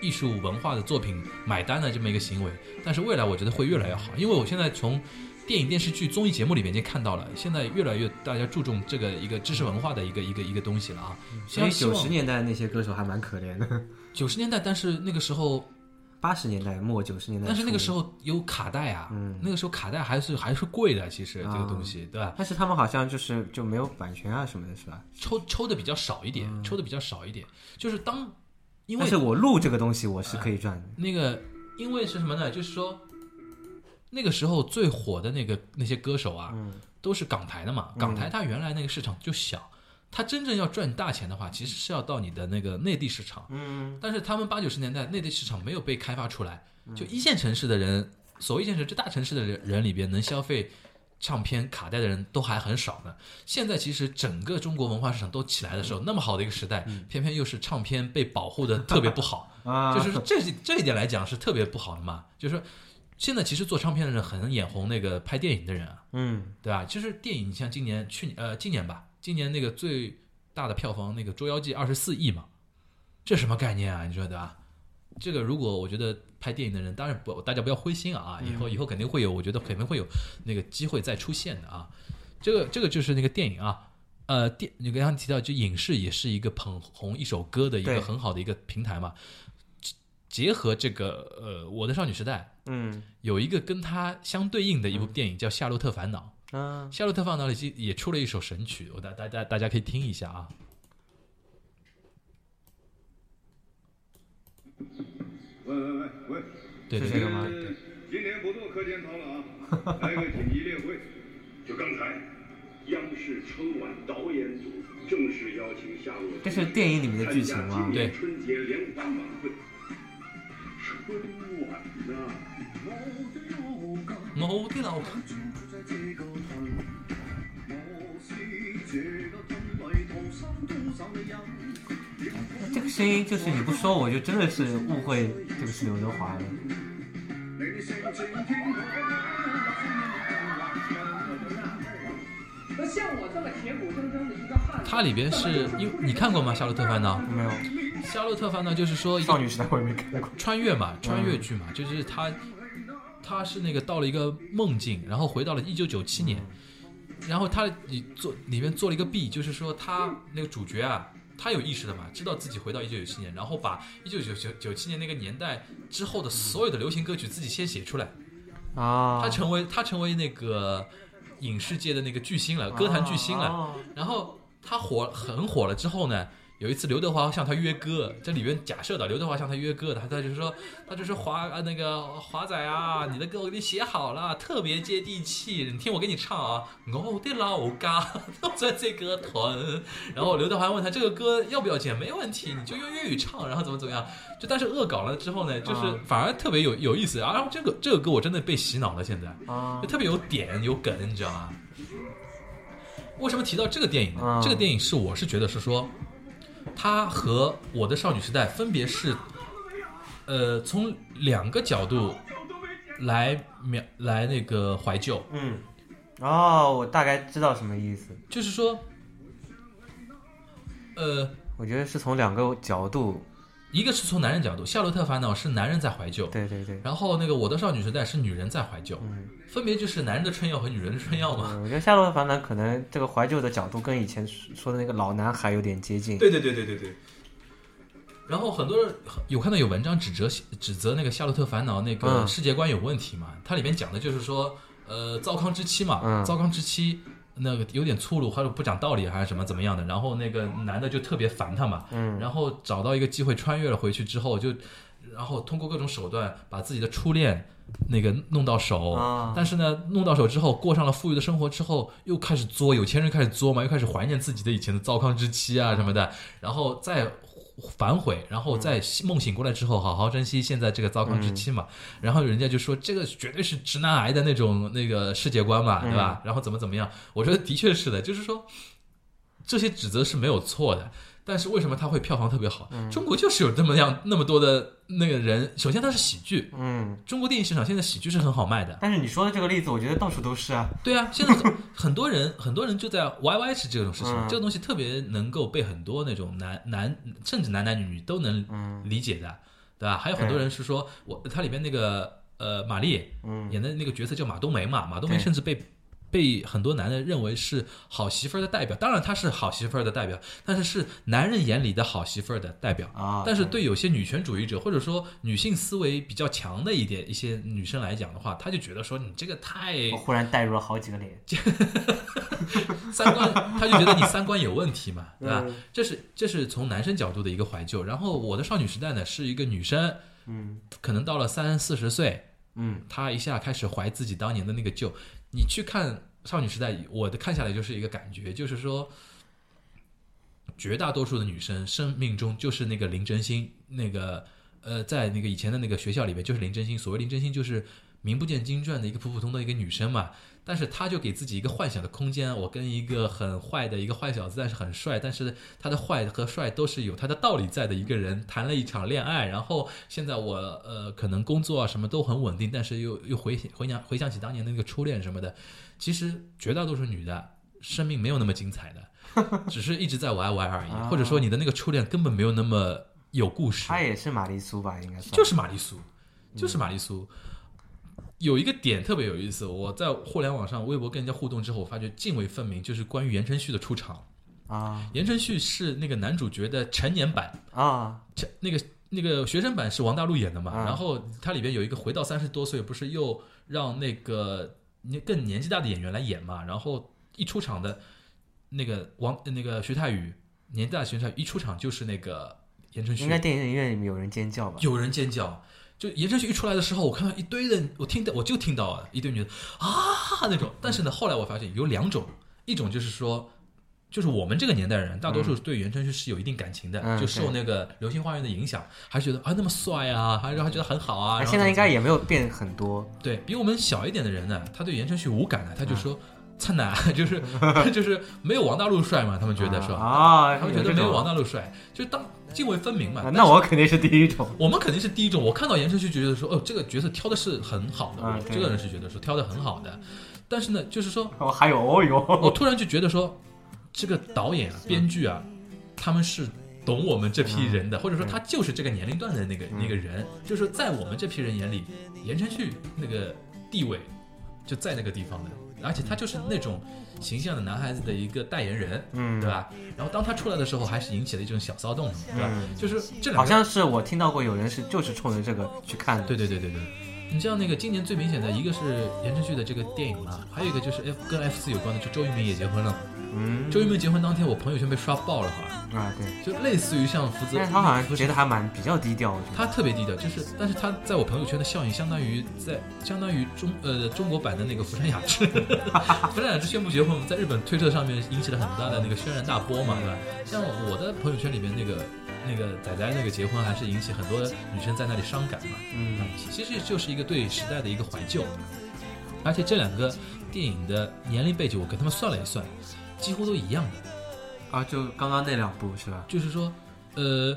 B: 艺术文化的作品买单的这么一个行为。但是未来我觉得会越来越好，因为我现在从电影、电视剧、综艺节目里面已经看到了，现在越来越大家注重这个一个知识文化的一个一个一个东西了啊。
C: 所以九十
B: 年
C: 年代的那些歌手还蛮可怜的，
B: 九十年代，但是那个时候，
C: 八十年代末九十年代，
B: 但是那个时，候有卡带啊，
C: 嗯
B: 那个时候卡带还是还是贵的，其实这
C: 啊
B: 个东西，对吧？
C: 但是他们好像就是就没有版权啊什么的，是吧？
B: 抽抽的比较少一点，抽的比较少一点，就是当因为
C: 嗯但是我录这个东西我是可以赚的，
B: 那个，因为是什么呢？就是说，那个时候最火的那个那些歌手啊，
C: 嗯
B: 都是港台的嘛。港台它原来那个市场就小，它真正要赚大钱的话，其实是要到你的那个内地市场。
C: 嗯，，
B: 但是他们八九十年代内地市场没有被开发出来，就一线城市的人，所谓一线城市大城市的人人里边能消费唱片卡带的人都还很少呢。现在其实整个中国文化市场都起来的时候，那么好的一个时代，偏偏又是唱片被保护的特别不好
C: 啊
B: 就是这这一点来讲是特别不好的嘛。就是说现在其实做唱片的人很眼红那个拍电影的人啊，
C: 嗯
B: 对吧？就是电影，你像今年去年呃今年吧，今年那个最大的票房那个《捉妖记》二十四亿嘛，这什么概念啊？你说对吧？这个如果我觉得拍电影的人，当然不，大家不要灰心啊，以后以后肯定会有，我觉得肯定会有那个机会再出现的啊。这个这个就是那个电影啊，呃，电你刚刚提到，就影视也是一个捧红一首歌的一
C: 对
B: 个很好的一个平台嘛。结结合这个呃，《我的少女时代》
C: 嗯
B: 有一个跟它相对应的一部电影叫《夏洛特烦恼》。
C: 啊，
B: 夏洛特烦恼里其实也出了一首神曲，我大大家大家可以听一下啊。
D: 喂喂喂喂，
B: 对对
C: 是
B: 对
C: 这个吗
D: 呃今天不做课间操了
C: *laughs*
D: 啊，来个紧急例会。就刚才，央视春晚导演组正式邀请夏洛
C: 这是电影里面的剧情吗
D: 参加今？年
B: 对
D: 春节联欢晚会。春晚呐、我的老家
B: 哦我的老公，
D: 住在这个屯，我是这个屯里土生土长的人。
C: 这个声音就是你不说我就真的是误会这个是刘德华了。
E: 说像我这么铁骨铮铮的一个汉子，
B: 它里边是因你看过吗？夏洛特烦恼，
C: 没有，
B: 夏洛特烦恼就是说一
C: 少
B: 个
C: 女时代我也没看过。
B: 穿越嘛，穿越剧嘛，就是他他是那个到了一个梦境，然后回到了一九九七年，然后他你做里面做了一个 B，就是说他那个主角啊，他有意识的嘛，知道自己回到一九九七年，然后把一九九九九七年那个年代之后的所有的流行歌曲自己先写出来，
C: 啊，
B: 他成为他成为那个影视界的那个巨星了，歌坛巨星了。
C: 啊
B: 然后他火很火了之后呢，有一次刘德华向他约歌，这里边假设的刘德华向他约歌的，他他就说他就说华啊那个华仔啊，你的歌我给你写好了，特别接地气，你听我给你唱啊，我的老家 *laughs* 都在这个屯。然后刘德华问他这个歌要不要剪，没问题，你就用粤语唱，然后怎么怎么样，就但是恶搞了之后呢，就是
C: 啊
B: 反而特别有有意思，然后这个这个歌我真的被洗脑了，现在。
C: 啊
B: 就特别有点有梗，你知道吗？为什么提到这个电影呢？
C: 嗯
B: 这个电影是我是觉得是说，它和我的少女时代分别是，呃，从两个角度来描来那个怀旧，
C: 嗯，哦，我大概知道什么意思。
B: 就是说，呃，
C: 我觉得是从两个角度，
B: 一个是从男人角度，《夏洛特烦恼》是男人在怀旧，
C: 对对对，
B: 然后那个《我的少女时代》是女人在怀旧，
C: 嗯，
B: 分别就是男人的春药和女人的春药嘛。
C: 嗯我觉得《夏洛特烦恼》可能这个怀旧的角度跟以前说的那个老男孩有点接近。
B: 对对对对对对。然后很多人有看到有文章指责指责那个《夏洛特烦恼》那个
C: 嗯
B: 世界观有问题嘛？它里面讲的就是说，呃，糟糠之妻嘛，
C: 嗯
B: 糟糠之妻那个有点粗鲁，或者不讲道理，还是什么怎么样的。然后那个男的就特别烦他嘛，
C: 嗯
B: 然后找到一个机会穿越了回去之后，就然后通过各种手段把自己的初恋那个弄到手，
C: 啊
B: 但是呢，弄到手之后，过上了富裕的生活之后，又开始作，有钱人开始作嘛，又开始怀念自己的以前的糟糠之妻啊什么的，然后再。反悔，然后再梦醒过来之后，好好珍惜现在这个糟糠之妻嘛。然后人家就说，这个绝对是直男癌的那种那个世界观嘛，对吧？然后怎么怎么样？我觉得的确是的，就是说这些指责是没有错的，但是为什么它会票房特别好？中国就是有这么样那么多的那个人，首先它是喜剧，
C: 嗯，
B: 中国电影市场现在喜剧是很好卖的，
C: 但是你说的这个例子，我觉得到处都是啊。
B: 对啊，现在很很多人 *laughs* 很多人就在 YY 是这种事情，
C: 嗯
B: 这个东西特别能够被很多那种男男甚至男男女女都
C: 嗯
B: 能理解的，对吧？还有很多人是说我它里面那个呃玛丽
C: 嗯
B: 演的那个角色叫马冬梅嘛，马冬梅
C: 对
B: 甚至被。被很多男人认为是好媳妇儿的代表，当然她是好媳妇儿的代表，但是是男人眼里的好媳妇儿的代表。
C: 啊，
B: 但是对有些女权主义者或者说女性思维比较强的一点一些女生来讲的话，她就觉得说你这个太
C: 我忽然带入了好几个脸。
B: 三观，他就觉得你三观有问题嘛，对吧
C: 嗯？
B: 这是这是从男生角度的一个怀旧。然后我的少女时代呢，是一个女生，
C: 嗯
B: 可能到了三四十岁，
C: 嗯
B: 她一下开始怀自己当年的那个旧。你去看少女时代，我的看下来就是一个感觉，就是说，绝大多数的女生生命中就是那个林真心，那个呃，在那个以前的那个学校里面就是林真心。所谓林真心，就是名不见经传的一个普普通通的一个女生嘛。但是她就给自己一个幻想的空间，我跟一个很坏的一个坏小子，但是很帅，但是他的坏和帅都是有他的道理在的一个人谈了一场恋爱，然后现在我呃可能工作啊什么都很稳定，但是又又回回想回想起当年的那个初恋什么的，其实绝大多数女的生命没有那么精彩的。只是一直在玩玩而已，或者说你的那个初恋根本没有那么有故事。
C: 她也是玛丽苏吧，应该算。
B: 就是玛丽苏，就是玛丽苏。有一个点特别有意思，我在互联网上微博跟人家互动之后，我发觉泾渭分明，就是关于言承旭的出场。
C: 啊
B: 言承旭是那个男主角的成年版，
C: 啊
B: 成那个那个学生版是王大陆演的嘛。
C: 嗯
B: 然后它里边有一个回到三十多岁，不是又让那个年更年纪大的演员来演嘛？然后一出场的那个王那个徐太宇，年纪大的徐太宇一出场就是那个言承旭，
C: 应该电影院里面有人尖叫吧？
B: 有人尖叫。就言承旭一出来的时候，我看到一堆人，我听到我就听到了一堆女的啊那种。但是呢，后来我发现有两种，一种就是说，就是我们这个年代人，大多数对言承旭是有一定感情的，
C: 嗯
B: 就受那个《流星花园》的影响，还觉得啊那么帅啊，还还觉得很好啊。
C: 哎
B: 然后
C: 现在应该
B: 怎么
C: 也没有变很多。
B: 怎么对比我们小一点的人呢，他对言承旭无感呢，他
C: 嗯
B: 就说。灿烂就是 *laughs* 就是没有王大陆帅嘛，他们觉得说，
C: 啊，
B: 他们觉
C: 有
B: 得
C: 这
B: 没有
C: 种
B: 王大陆帅，就是当泾渭分明嘛。
C: 啊
B: 但
C: 那
B: 是
C: 我肯定是第一种。
B: 我们肯定是第一种，我看到言承旭就觉得说，哦，这个角色挑的是很好的，
C: 啊
B: 我
C: 对
B: 这个人是觉得说挑的很好的，但是呢，就是说
C: 哦，还有哦
B: 我
C: 哟，
B: 突然就觉得说，这个导演啊、编剧啊，他们是懂我们这批人
C: 嗯
B: 的，或者说他就是这个年龄段的那个、那个人，就是说在我们这批人眼里，言承旭那个地位就在那个地方的，而且他就是那种形象的男孩子的一个代言人，
C: 嗯
B: 对吧？然后当他出来的时候，还是引起了一种小骚动，对吧？
C: 嗯
B: 就是这两个
C: *laughs* 好像是我听到过有人是就是冲着这个去看的。
B: 对对对对对。你知道那个今年最明显的一个是言承旭的这个电影嘛，还有一个就是 F 跟 F 四有关的，就周渝民也结婚了。
C: 嗯，
B: 周渝民结婚当天，我朋友圈被刷爆了，好像
C: 啊对，
B: 就类似于像福泽，
C: 但是他好像
B: 福
C: 觉得还蛮比较低调，我觉得。
B: 他特别低调，就是，但是他在我朋友圈的效应相当于在相当于中呃中国版的那个福山雅治， *laughs* 福山雅治宣布结婚，在日本推特上面引起了很大的那个轩然大波嘛，对吧？像我的朋友圈里面那个那个仔仔那个结婚，还是引起很多女生在那里伤感嘛，
C: 嗯，
B: 其实就是一个对时代的一个怀旧。而且这两个电影的年龄背景，我跟他们算了一算，几乎都一样的。
C: 啊，就刚刚那两部是吧？
B: 就是说，呃，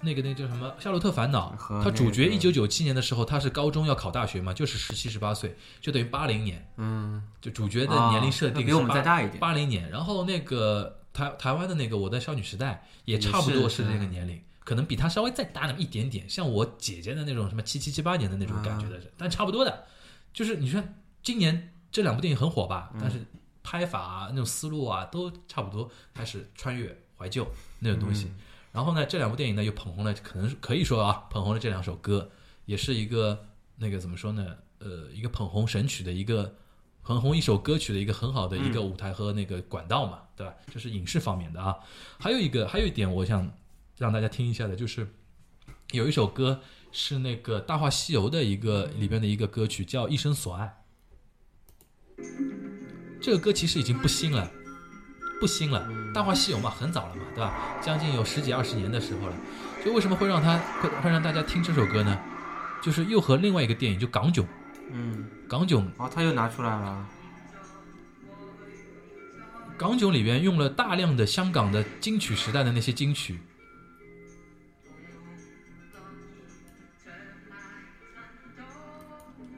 B: 那个那个叫什么《夏洛特烦恼
C: 和》，
B: 他主角
C: 那
B: 一
C: 个
B: 九九七年的时候，他是高中要考大学嘛，就是十七十八岁，就等于八零年，
C: 嗯，
B: 就主角的年龄设
C: 啊
B: 定
C: 比我们再大一点
B: 八零年。然后那个台台湾的那个《我的少女时代》也差不多是这嗯个年龄。可能比他稍微再大那么一点点，像我姐姐的那种什么七七七八年的那种感觉的人，但差不多的。就是你说今年这两部电影很火吧，但是拍法啊、那种思路啊都差不多，开始穿越怀旧那种东西。然后呢，这两部电影呢又捧红了，可能是可以说啊，捧红了这两首歌，也是一个那个怎么说呢？呃，一个捧红神曲的一个捧红一首歌曲的一个很好的一个舞台和那个管道嘛，对吧？这是影视方面的啊。还有一个，还有一点，我想让大家听一下的，就是有一首歌是那个《大话西游》的一个里边的一个歌曲，叫《一生所爱》。这个歌其实已经不新了，不新了，
C: 嗯
B: 《大话西游》嘛，很早了嘛，对吧？将近有十几二十年的时候了。就为什么会让他会会让大家听这首歌呢？就是又和另外一个电影，就港囧，
C: 嗯，
B: 港囧
C: 哦，他又拿出来了，
B: 港囧里边用了大量的香港的金曲时代的那些金曲，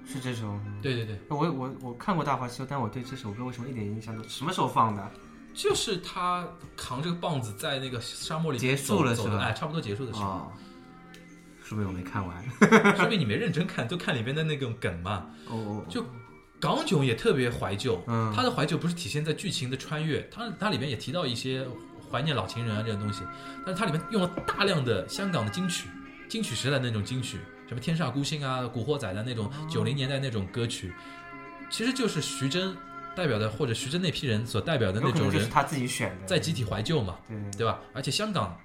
C: 是这首。嗯
B: 对对对，
C: 我我我看过《大话西游》，但我对这首歌为什么一点印象都什么时候放的？
B: 就是他扛这个棒子在那个沙漠里
C: 结束了
B: 走
C: 是吧
B: 走的哎，差不多结束的时候，
C: 哦，说明我没看完。
B: 说明你没认真看，都看里边的那种梗嘛。
C: 哦哦，
B: 就港囧也特别怀旧，
C: 嗯
B: 它的怀旧不是体现在剧情的穿越，它它里面也提到一些怀念老情人啊这种东西，但是它里面用了大量的香港的金曲，金曲时代那种金曲，什么《天煞孤星》啊，《古惑仔》的那
C: 哦
B: 种九零年代那种歌曲，其实就是徐峥代表的或者徐峥那批人所代表的
C: 有
B: 那
C: 可
B: 种
C: 能就是
B: 人
C: 他自己选的，
B: 在集体怀旧嘛，
C: 对
B: 对吧？而且香港，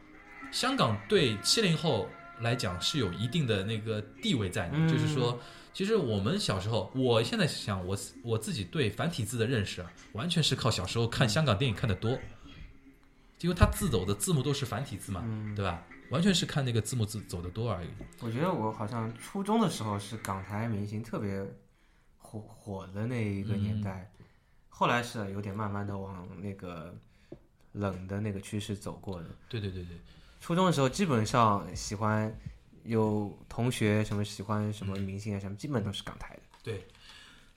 B: 香港对七零后来讲是有一定的那个地位在的，
C: 嗯
B: 就是说，其实我们小时候，我现在想我自我自己对繁体字的认识啊，完全是靠小时候看香港电影看的多，因为它字走的字幕都是繁体字嘛，对吧？完全是看那个字幕字走的多而已。
C: 我觉得我好像初中的时候是港台明星特别火火的那一个
B: 嗯
C: 年代，后来是有点慢慢的往那个冷的那个趋势走过的。
B: 对对对对，
C: 初中的时候基本上喜欢有同学什么喜欢什么明星啊什么，基本都是港台的。
B: 对，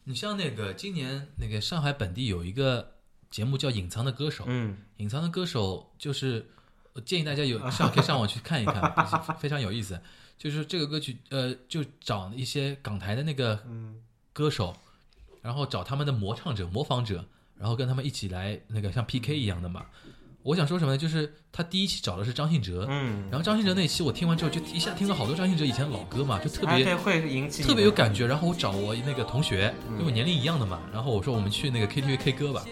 B: 你像那个今年那个上海本地有一个节目叫《隐藏的歌手》，
C: 嗯，
B: 隐藏的歌手就是，我建议大家
C: 啊
B: 有上可以上网去看一
C: *laughs*
B: 看，非常有意思。就是这个歌曲，呃，就找一些港台的那个歌手，然后找他们的模唱者、模仿者，然后跟他们一起来那个像
C: 嗯
B: PK 一样的嘛。我想说什么呢？就是他第一期找的是张信哲，
C: 嗯
B: 然后张信哲那一期我听完之后，就一下听了好多张信哲以前的老歌嘛，就特
C: 哎
B: 别
C: 对会引起你
B: 特别有感觉。然后我找我那个同学，跟我年龄一样的嘛，然后我说我们去那个 KTV K 歌吧。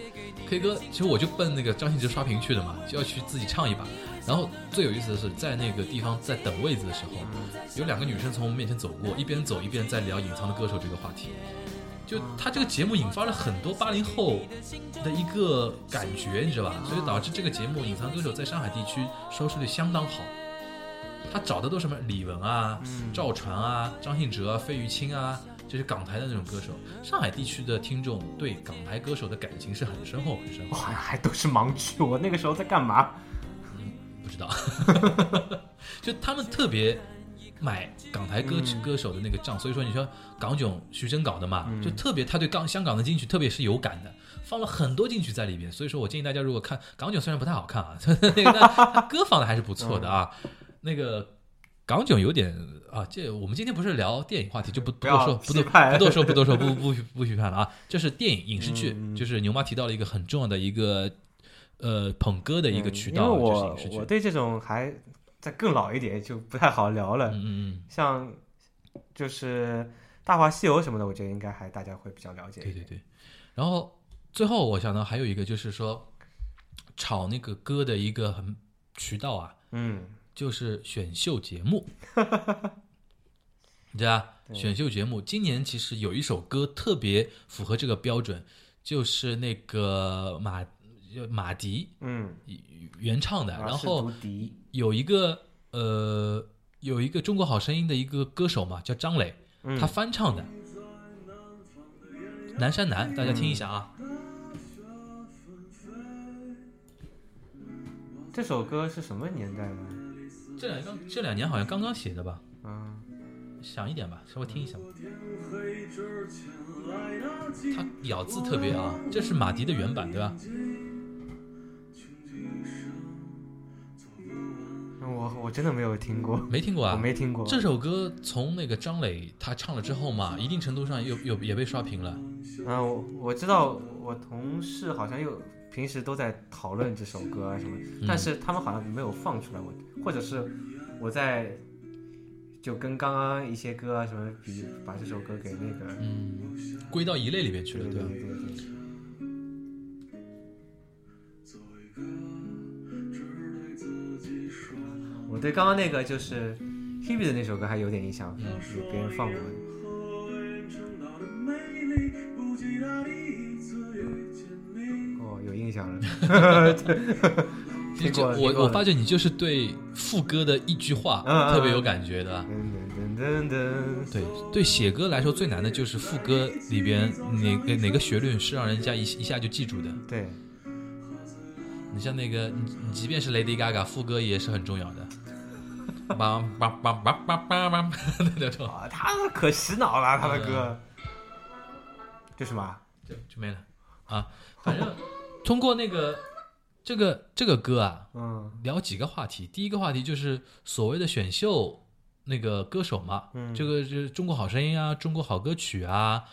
B: K 歌其实我就奔那个张信哲刷屏去的嘛，就要去自己唱一把。然后最有意思的是，在那个地方在等位子的时候，有两个女生从我们面前走过，一边走一边在聊《隐藏的歌手》这个话题。就他这个节目引发了很多八零后的一个感觉，你知道吧？所以导致这个节目《隐藏歌手》在上海地区收视率相当好。他找的都是什么李玟啊、赵传啊、张信哲啊、费玉清啊，这是港台的那种歌手。上海地区的听众对港台歌手的感情是很深厚、很深厚。
C: 哇，还都是盲区，我那个时候在干嘛？
B: 不知道， *laughs* 就他们特别买港台歌曲歌手的那个
C: 嗯
B: 账，所以说你说港囧徐峥搞的嘛，就特别他对港香港的金曲特别是有感的，放了很多金曲在里边，所以说我建议大家如果 *laughs* 看港囧虽然不太好看啊，那个但他歌放的还是不错的啊，那个。港囧有点啊，这我们今天不是聊电影话题，就不
C: 不
B: 不
C: 要
B: 多说，不多
C: 批判
B: 不多说，不多说，不不不批判了啊。这是电影影视剧，
C: 嗯嗯
B: 就是牛妈提到了一个很重要的一个呃捧歌的一个渠
C: 嗯因
B: 道，
C: 为
B: 就是
C: 我
B: 影视剧
C: 我。对这种还再更老一点就不太好聊了，
B: 嗯嗯
C: 像就是《大话西游》什么的，我觉得应该还大家会比较了解
B: 嗯，对
C: 一点。
B: 对对。然后最后我想到还有一个就是说，炒那个歌的一个很渠道啊，
C: 嗯，
B: 就是选秀节 *laughs* 目，对啊，选秀节目。今年其实有一首歌特别符合这个标准，就是那个马马迪
C: 嗯，
B: 原唱的，
C: 啊
B: 然
C: 是
B: 后
C: 读笛
B: 有一个呃有一个中国好声音的一个歌手嘛，叫张磊，
C: 嗯
B: 他翻唱的《南山南》，大家听一下啊，
C: 这首歌是什么年代的？
B: 这两刚这两年好像刚刚写的吧，
C: 嗯，
B: 响一点吧，稍微听一下吧。它咬字特别啊，这是马迪的原版对吧？
C: 我我真的没有听过，
B: 没听过啊？
C: 我没听过。
B: 这首歌从那个张磊他唱了之后嘛，一定程度上又又也被刷屏了。
C: 嗯，我我知道，我同事好像有平时都在讨论这首歌啊什么，
B: 嗯
C: 但是他们好像没有放出来我，或者是我在就跟刚刚一些歌啊什么比，把这首歌给那个，
B: 嗯，归到一类里面去了，
C: 对
B: 对吧？
C: 对对对，我对刚刚那个就是 Hebe 的那首歌还有点印象，有别人放过。哦，有印象了。
B: 你这
C: 听过听过
B: 我我发觉你就是对副歌的一句话
C: 嗯嗯
B: 特别有感觉的。啊
C: 噔噔噔噔，
B: 对对，写歌来说最难的就是副歌里边哪个哪个旋律是让人家一一下就记住的。
C: 对，
B: 你像那个，你你即便是 Lady Gaga，副歌也是很重要的。梆梆梆梆梆梆梆 *laughs* 那种，
C: 啊，他可洗脑了，他的
B: 啊
C: 歌。这什么？
B: 就就没了啊。反正通过那个这个这个歌啊，
C: 嗯
B: 聊几个话题。第一个话题就是所谓的选秀那个歌手嘛，
C: 嗯
B: 这个就是中国好声音啊，中国好歌曲啊，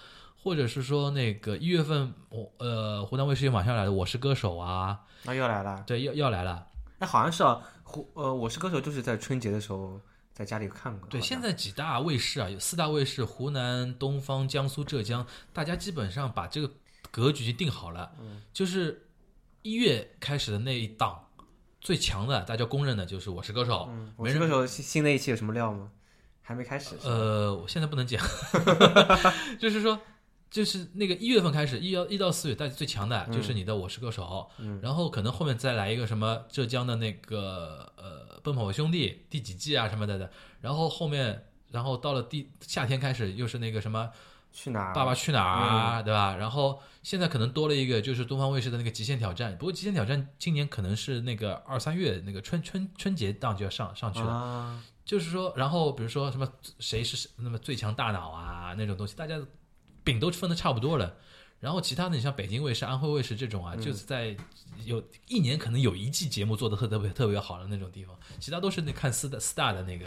B: 或者是说那个一月份我呃湖南卫视又马上要来的《我是歌手》啊，
C: 那、又来了。
B: 对，要要来了。
C: 哎，好像是啊，胡呃，我是歌手就是在春节的时候在家里看过。
B: 对，
C: 好像
B: 现在几大卫视啊，有四大卫视，湖南、东方、江苏、浙江，大家基本上把这个格局已经定好了。
C: 嗯
B: 就是一月开始的那一档最强的，大家公认的就是《我是歌手》
C: 嗯我
B: 没
C: 是
B: 人
C: 歌手新新的一期有什么料吗？还没开始。
B: 呃，我现在不能讲，就是说，就是那个一月份开始，一到一到四月，大家最强的就是你的《我是歌手》
C: 嗯
B: 然后可能后面再来一个什么浙江的那个呃《奔跑吧兄弟》第几季啊什么的的，然后后面，然后到了第夏天开始又是那个什么
C: 去哪儿？
B: 《爸爸去哪儿》啊，对吧？然后现在可能多了一个就是东方卫视的那个《极限挑战》，不过《极限挑战》今年可能是那个二三月那个春春春节档就要上上去了。
C: 啊，
B: 就是说，然后比如说什么谁是谁那么最强大脑啊那种东西，大家饼都分的差不多了。然后其他的，你像北京卫视、安徽卫视这种啊，就是在有一年可能有一季节目做的特特别特别好的那种地方，其他都是那看四大四大的那个，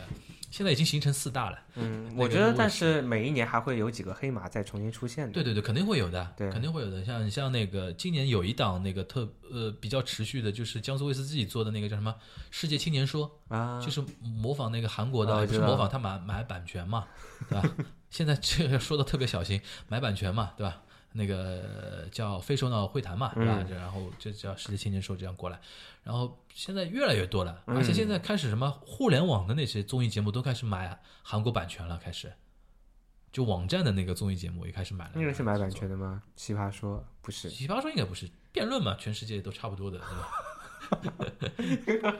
B: 现在已经形成四大了。
C: 嗯，
B: 那
C: 我
B: 个
C: 觉得
B: 路
C: 但是每一年还会有几个黑马再重新出现的。
B: 对对对，肯定会有的，
C: 嗯对
B: 肯定会有的。像像那个今年有一档那个特呃比较持续的，就是江苏卫视自己做的那个叫什么《世界青年说》，
C: 啊，
B: 就是模仿那个韩国的，
C: 啊我
B: 也不
C: 知
B: 是
C: 道
B: 模仿他买买版权嘛，对吧？ *laughs* 现在这个说的特别小心，买版权嘛，对吧？那个叫非首脑会谈嘛，对
C: 嗯
B: 吧？这然后就叫世界青年说这样过来，然后现在越来越多了，而且现在
C: 嗯
B: 开始什么互联网的那些综艺节目都开始买韩国版权了，开始就网站的那个综艺节目也开始买了。
C: 那个是买版权的吗？奇葩说不是，
B: 奇葩说应该不是辩论嘛，全世界都差不多的，对吧？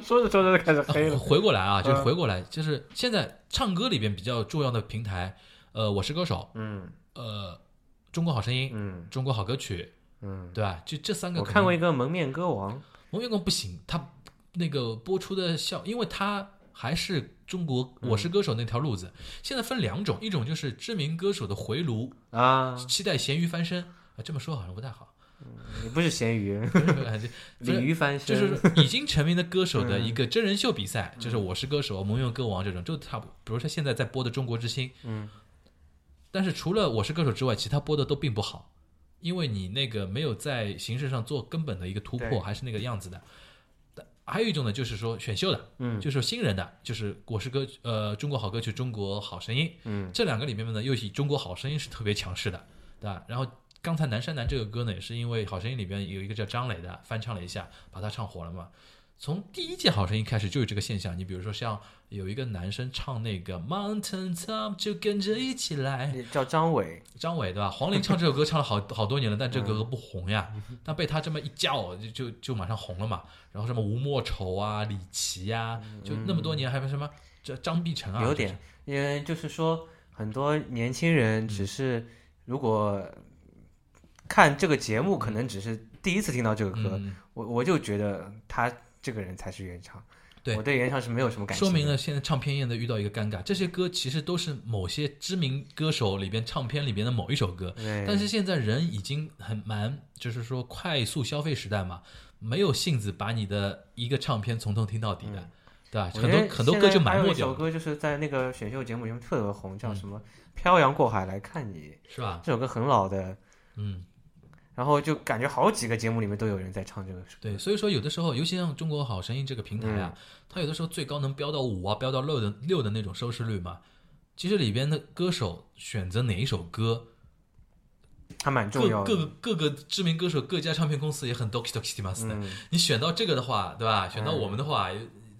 C: 说着说着就开始黑
B: 呃
C: 了。
B: 回过来啊，就
C: 嗯
B: 回过来，就是现在唱歌里边比较重要的平台，呃，我是歌手，
C: 嗯
B: 呃，中国好声音，
C: 嗯
B: 中国好歌曲，
C: 嗯，
B: 对吧？就这三个
C: 我
B: 可能。
C: 看过一个《蒙面歌王》，
B: 蒙面歌不行，他那个播出的效，因为他还是中国
C: 嗯
B: 我是歌手那条路子。现在分两种，一种就是知名歌手的回炉，
C: *laughs* 啊，
B: 期待咸鱼翻身啊，这么说好像不太好。 *laughs*
C: 你不是咸鱼， *laughs*
B: 就
C: 鲤
B: 是
C: 鱼翻
B: 就
C: 身，
B: 是已经成名的歌手的
C: 嗯
B: 一个真人秀比赛，就是《我是歌手》《蒙面歌王》这种，就差不，比如说现在在播的《中国之星》，
C: 嗯，
B: 但是除了《我是歌手》之外，其他播的都并不好，因为你那个没有在形式上做根本的一个突
C: 对
B: 破，还是那个样子的。但还有一种呢，就是说选秀的，
C: 嗯
B: 就是说新人的，就是《我是歌》呃，《中国好歌曲》《中国好声音》，
C: 嗯
B: 这两个里面呢，又以《中国好声音》是特别强势的，对吧？然后刚才《南山南》这个歌呢，也是因为《好声音》里边有一个叫张磊的翻唱了一下，把它唱火了嘛。从第一届《好声音》开始就有这个现象，你比如说像有一个男生唱那个 Mountain Top 就跟着一起来，
C: *laughs* 叫张伟，
B: 张伟对吧？黄龄唱这首歌唱了好 *laughs* 好多年了，但这个歌不红呀。但被他这么一叫，就就就马上红了嘛。然后什么吴莫愁啊、李琦呀、就那么多年还有什么这张碧晨啊，
C: 有点，因为就是说很多年轻人只是如果看这个节目，可能只是第一次听到这个
B: 就是
C: 歌，
B: 嗯
C: 我我就觉得他这个人才是原唱，
B: 对
C: 我对原唱是没有什么感情
B: 说
C: 的，
B: 明了现在唱片业的遇到一个尴尬，这些歌其实都是某些知名歌手里边唱片里边的某一首歌，
C: 对，
B: 但是现在人已经很蛮，就是说快速消费时代嘛，没有性子把你的一个唱片从头听到底的，对吧？
C: 嗯我
B: 很多
C: 觉得
B: 很多
C: 现
B: 歌
C: 在
B: 就
C: 还
B: 埋
C: 有
B: 没
C: 一首
B: 掉了，
C: 歌就是在那个选秀节目里面特别红，叫
B: 嗯
C: 什么《漂洋过海来看你》，
B: 是吧？
C: 这首歌很老的，
B: 嗯，
C: 然后就感觉好几个节目里面都有人在唱这个歌。
B: 对，所以说有的时候，尤其像中国好声音这个平台
C: 嗯
B: 啊，它有的时候最高能飙到五啊，飙到六的六的那种收视率嘛。其实里边的歌手选择哪一首歌，
C: 还蛮重
B: 各
C: 要
B: 各
C: 的。
B: 个各个知名歌手、各家唱片公司也很 doki doki t i m a s 的。
C: 嗯，
B: 你选到这个的话，对吧？选到我们的话，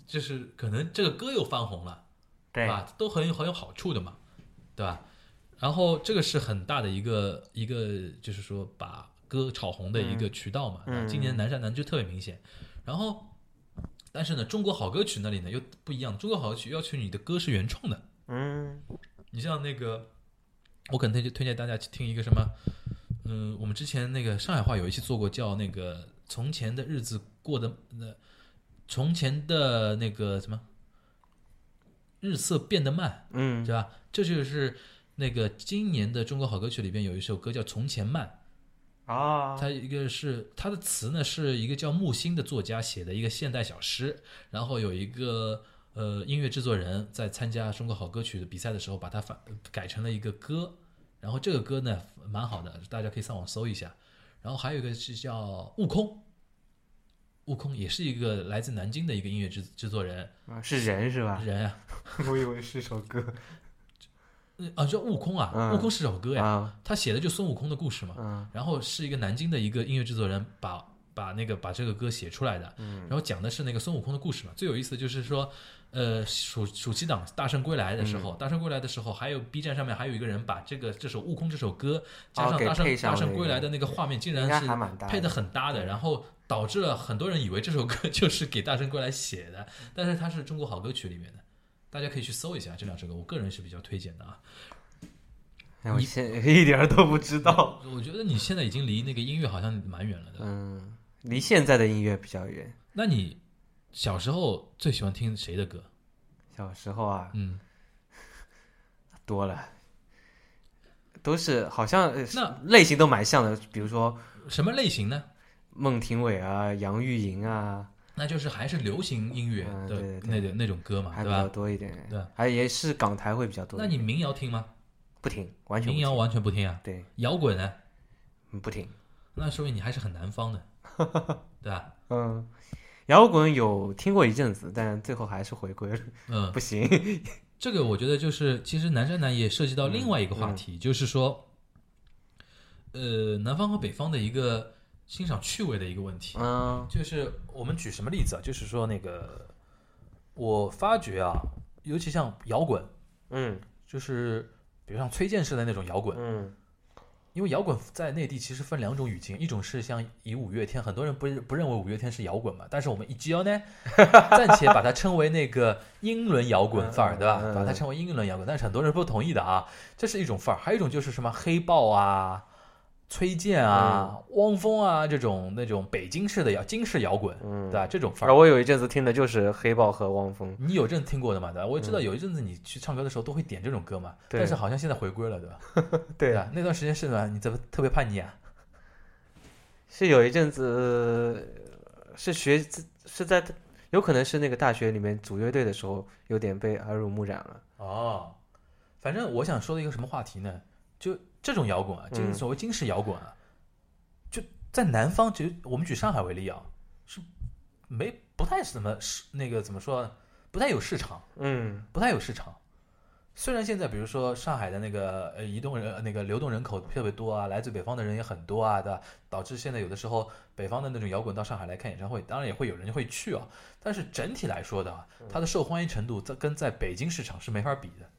B: 就是可能这个歌又翻红了，
C: 对，
B: 吧？都很有很有好处的嘛，对吧？然后这个是很大的一个一个，就是说把歌炒红的一个渠道嘛。
C: 嗯
B: 今年南山南就特别明显。然后，但是呢，中国好歌曲那里呢又不一样，中国好歌曲要求你的歌是原创的，
C: 嗯，
B: 你像那个，我可能推荐推荐大家去听一个什么，嗯，我们之前那个上海话有一期做过，叫那个“从前的日子过得那从前的那个什么日色变得慢”，
C: 嗯，
B: 对吧？这就是那个今年的中国好歌曲里边有一首歌叫《从前慢》，
C: 啊，
B: 它一个是它的词呢是一个叫木心的作家写的一个现代小诗，然后有一个呃音乐制作人在参加中国好歌曲的比赛的时候，把它反改成了一个歌，然后这个歌呢蛮好的，大家可以上网搜一下。然后还有一个是叫《悟空》，悟空也是一个来自南京的一个音乐制制作人
C: 啊是人是吧？
B: 人啊呀、
C: 我以为是首歌
B: 嗯啊，叫悟空啊，
C: 嗯
B: 悟空是首歌呀，
C: 啊，
B: 他写的就孙悟空的故事嘛。
C: 嗯
B: 然后是一个南京的一个音乐制作人把把那个把这个歌写出来的，
C: 嗯
B: 然后讲的是那个孙悟空的故事嘛。最有意思的就是说，呃，暑暑期档《大圣归来》的时
C: 嗯
B: 候，大圣归来》的时候，还有 B 站上面还有一个人把这个这首《悟空》这首歌加上
C: 哦给
B: 大圣、
C: 配上
B: 大圣
C: 那
B: 归
C: 个
B: 来的那个画面，竟
C: 应该
B: 然是
C: 还蛮搭
B: 配
C: 的
B: 的很搭的，然后导致了很多人以为这首歌就是给大圣归来写的，但是它是中国好歌曲里面的。大家可以去搜一下这两首歌，我个人是比较推荐的啊。
C: 哎我现 *laughs* 一点儿都不知道。
B: 我觉得你现在已经离那个音乐好像蛮远了的。
C: 嗯，离现在的音乐比较远。
B: 那你小时候最喜欢听谁的歌？
C: 小时候啊，
B: 嗯，
C: 多了，都是好像呃
B: 那
C: 类型都蛮像的，比如说
B: 什么类型呢？
C: 孟庭苇啊、杨钰莹啊，
B: 那就是还是流行音乐
C: 嗯
B: 的
C: 对对对
B: 那种那种歌嘛，
C: 还
B: 啊对
C: 比较
B: 吧？
C: 多一点。
B: 对，
C: 还也是港台会比较多一
B: 那
C: 点。
B: 你民谣听吗？
C: 不听，完全不
B: 民谣
C: 听。
B: 完全不听啊，
C: 对，
B: 摇滚呢？
C: 嗯不听。
B: 那说明你还是很南
C: *laughs*
B: 方的，对吧？
C: 嗯，摇滚有听过一阵子，但最后还是回归了，
B: 嗯 *laughs*
C: 不，行。
B: 这个我觉得就是，其实南山南也涉及到另外一个话
C: 嗯
B: 题，就是说，呃，南方和北方的一个欣赏趣味的一个问题。
C: 嗯
B: 就是我们举什么例子啊？就是说那个，我发觉啊，尤其像摇滚，
C: 嗯
B: 就是比如像崔健式的那种摇滚，
C: 嗯
B: 因为摇滚在内地其实分两种语境，一种是像以五月天，很多人不不认为五月天是摇滚嘛，但是我们 EGL 呢，暂且把它称为那个英伦摇滚范儿，对吧
C: 嗯嗯？嗯
B: 把它称为英伦摇滚，但是很多人不同意的啊，这是一种范儿，还有一种就是什么黑豹啊。崔健啊，
C: 嗯
B: 汪峰啊，这种那种北京式的摇京式摇滚，
C: 嗯
B: 对吧？啊这种范
C: 而
B: 儿，
C: 我有一阵子听的就是黑豹和汪峰，
B: 你有阵听过的嘛？对吧？我知道有一阵子你去唱歌的时候都会点这种歌嘛，
C: 嗯对
B: 但是好像现在回归了，对吧？
C: 对
B: 啊啊，，那段时间是吧？你怎么特别叛逆啊？
C: 是有一阵子呃是学自是在有可能是那个大学里面组乐队的时候，有点被耳濡目染了。
B: 哦，反正我想说的一个什么话题呢？就这种摇滚啊，就是
C: 嗯
B: 所谓京式摇滚啊，就在南方，就我们举上海为例啊，是没不太什么市那个怎么说呢？不太有市场，
C: 嗯
B: 不太有市场。虽然现在比如说上海的那个呃移动人呃那个流动人口特别多啊，来自北方的人也很多啊，对吧？导致现在有的时候北方的那种摇滚到上海来看演唱会，当然也会有人会去啊，但是整体来说的话，
F: 嗯
B: 它的受欢迎程度在跟在北京市场是没法比的，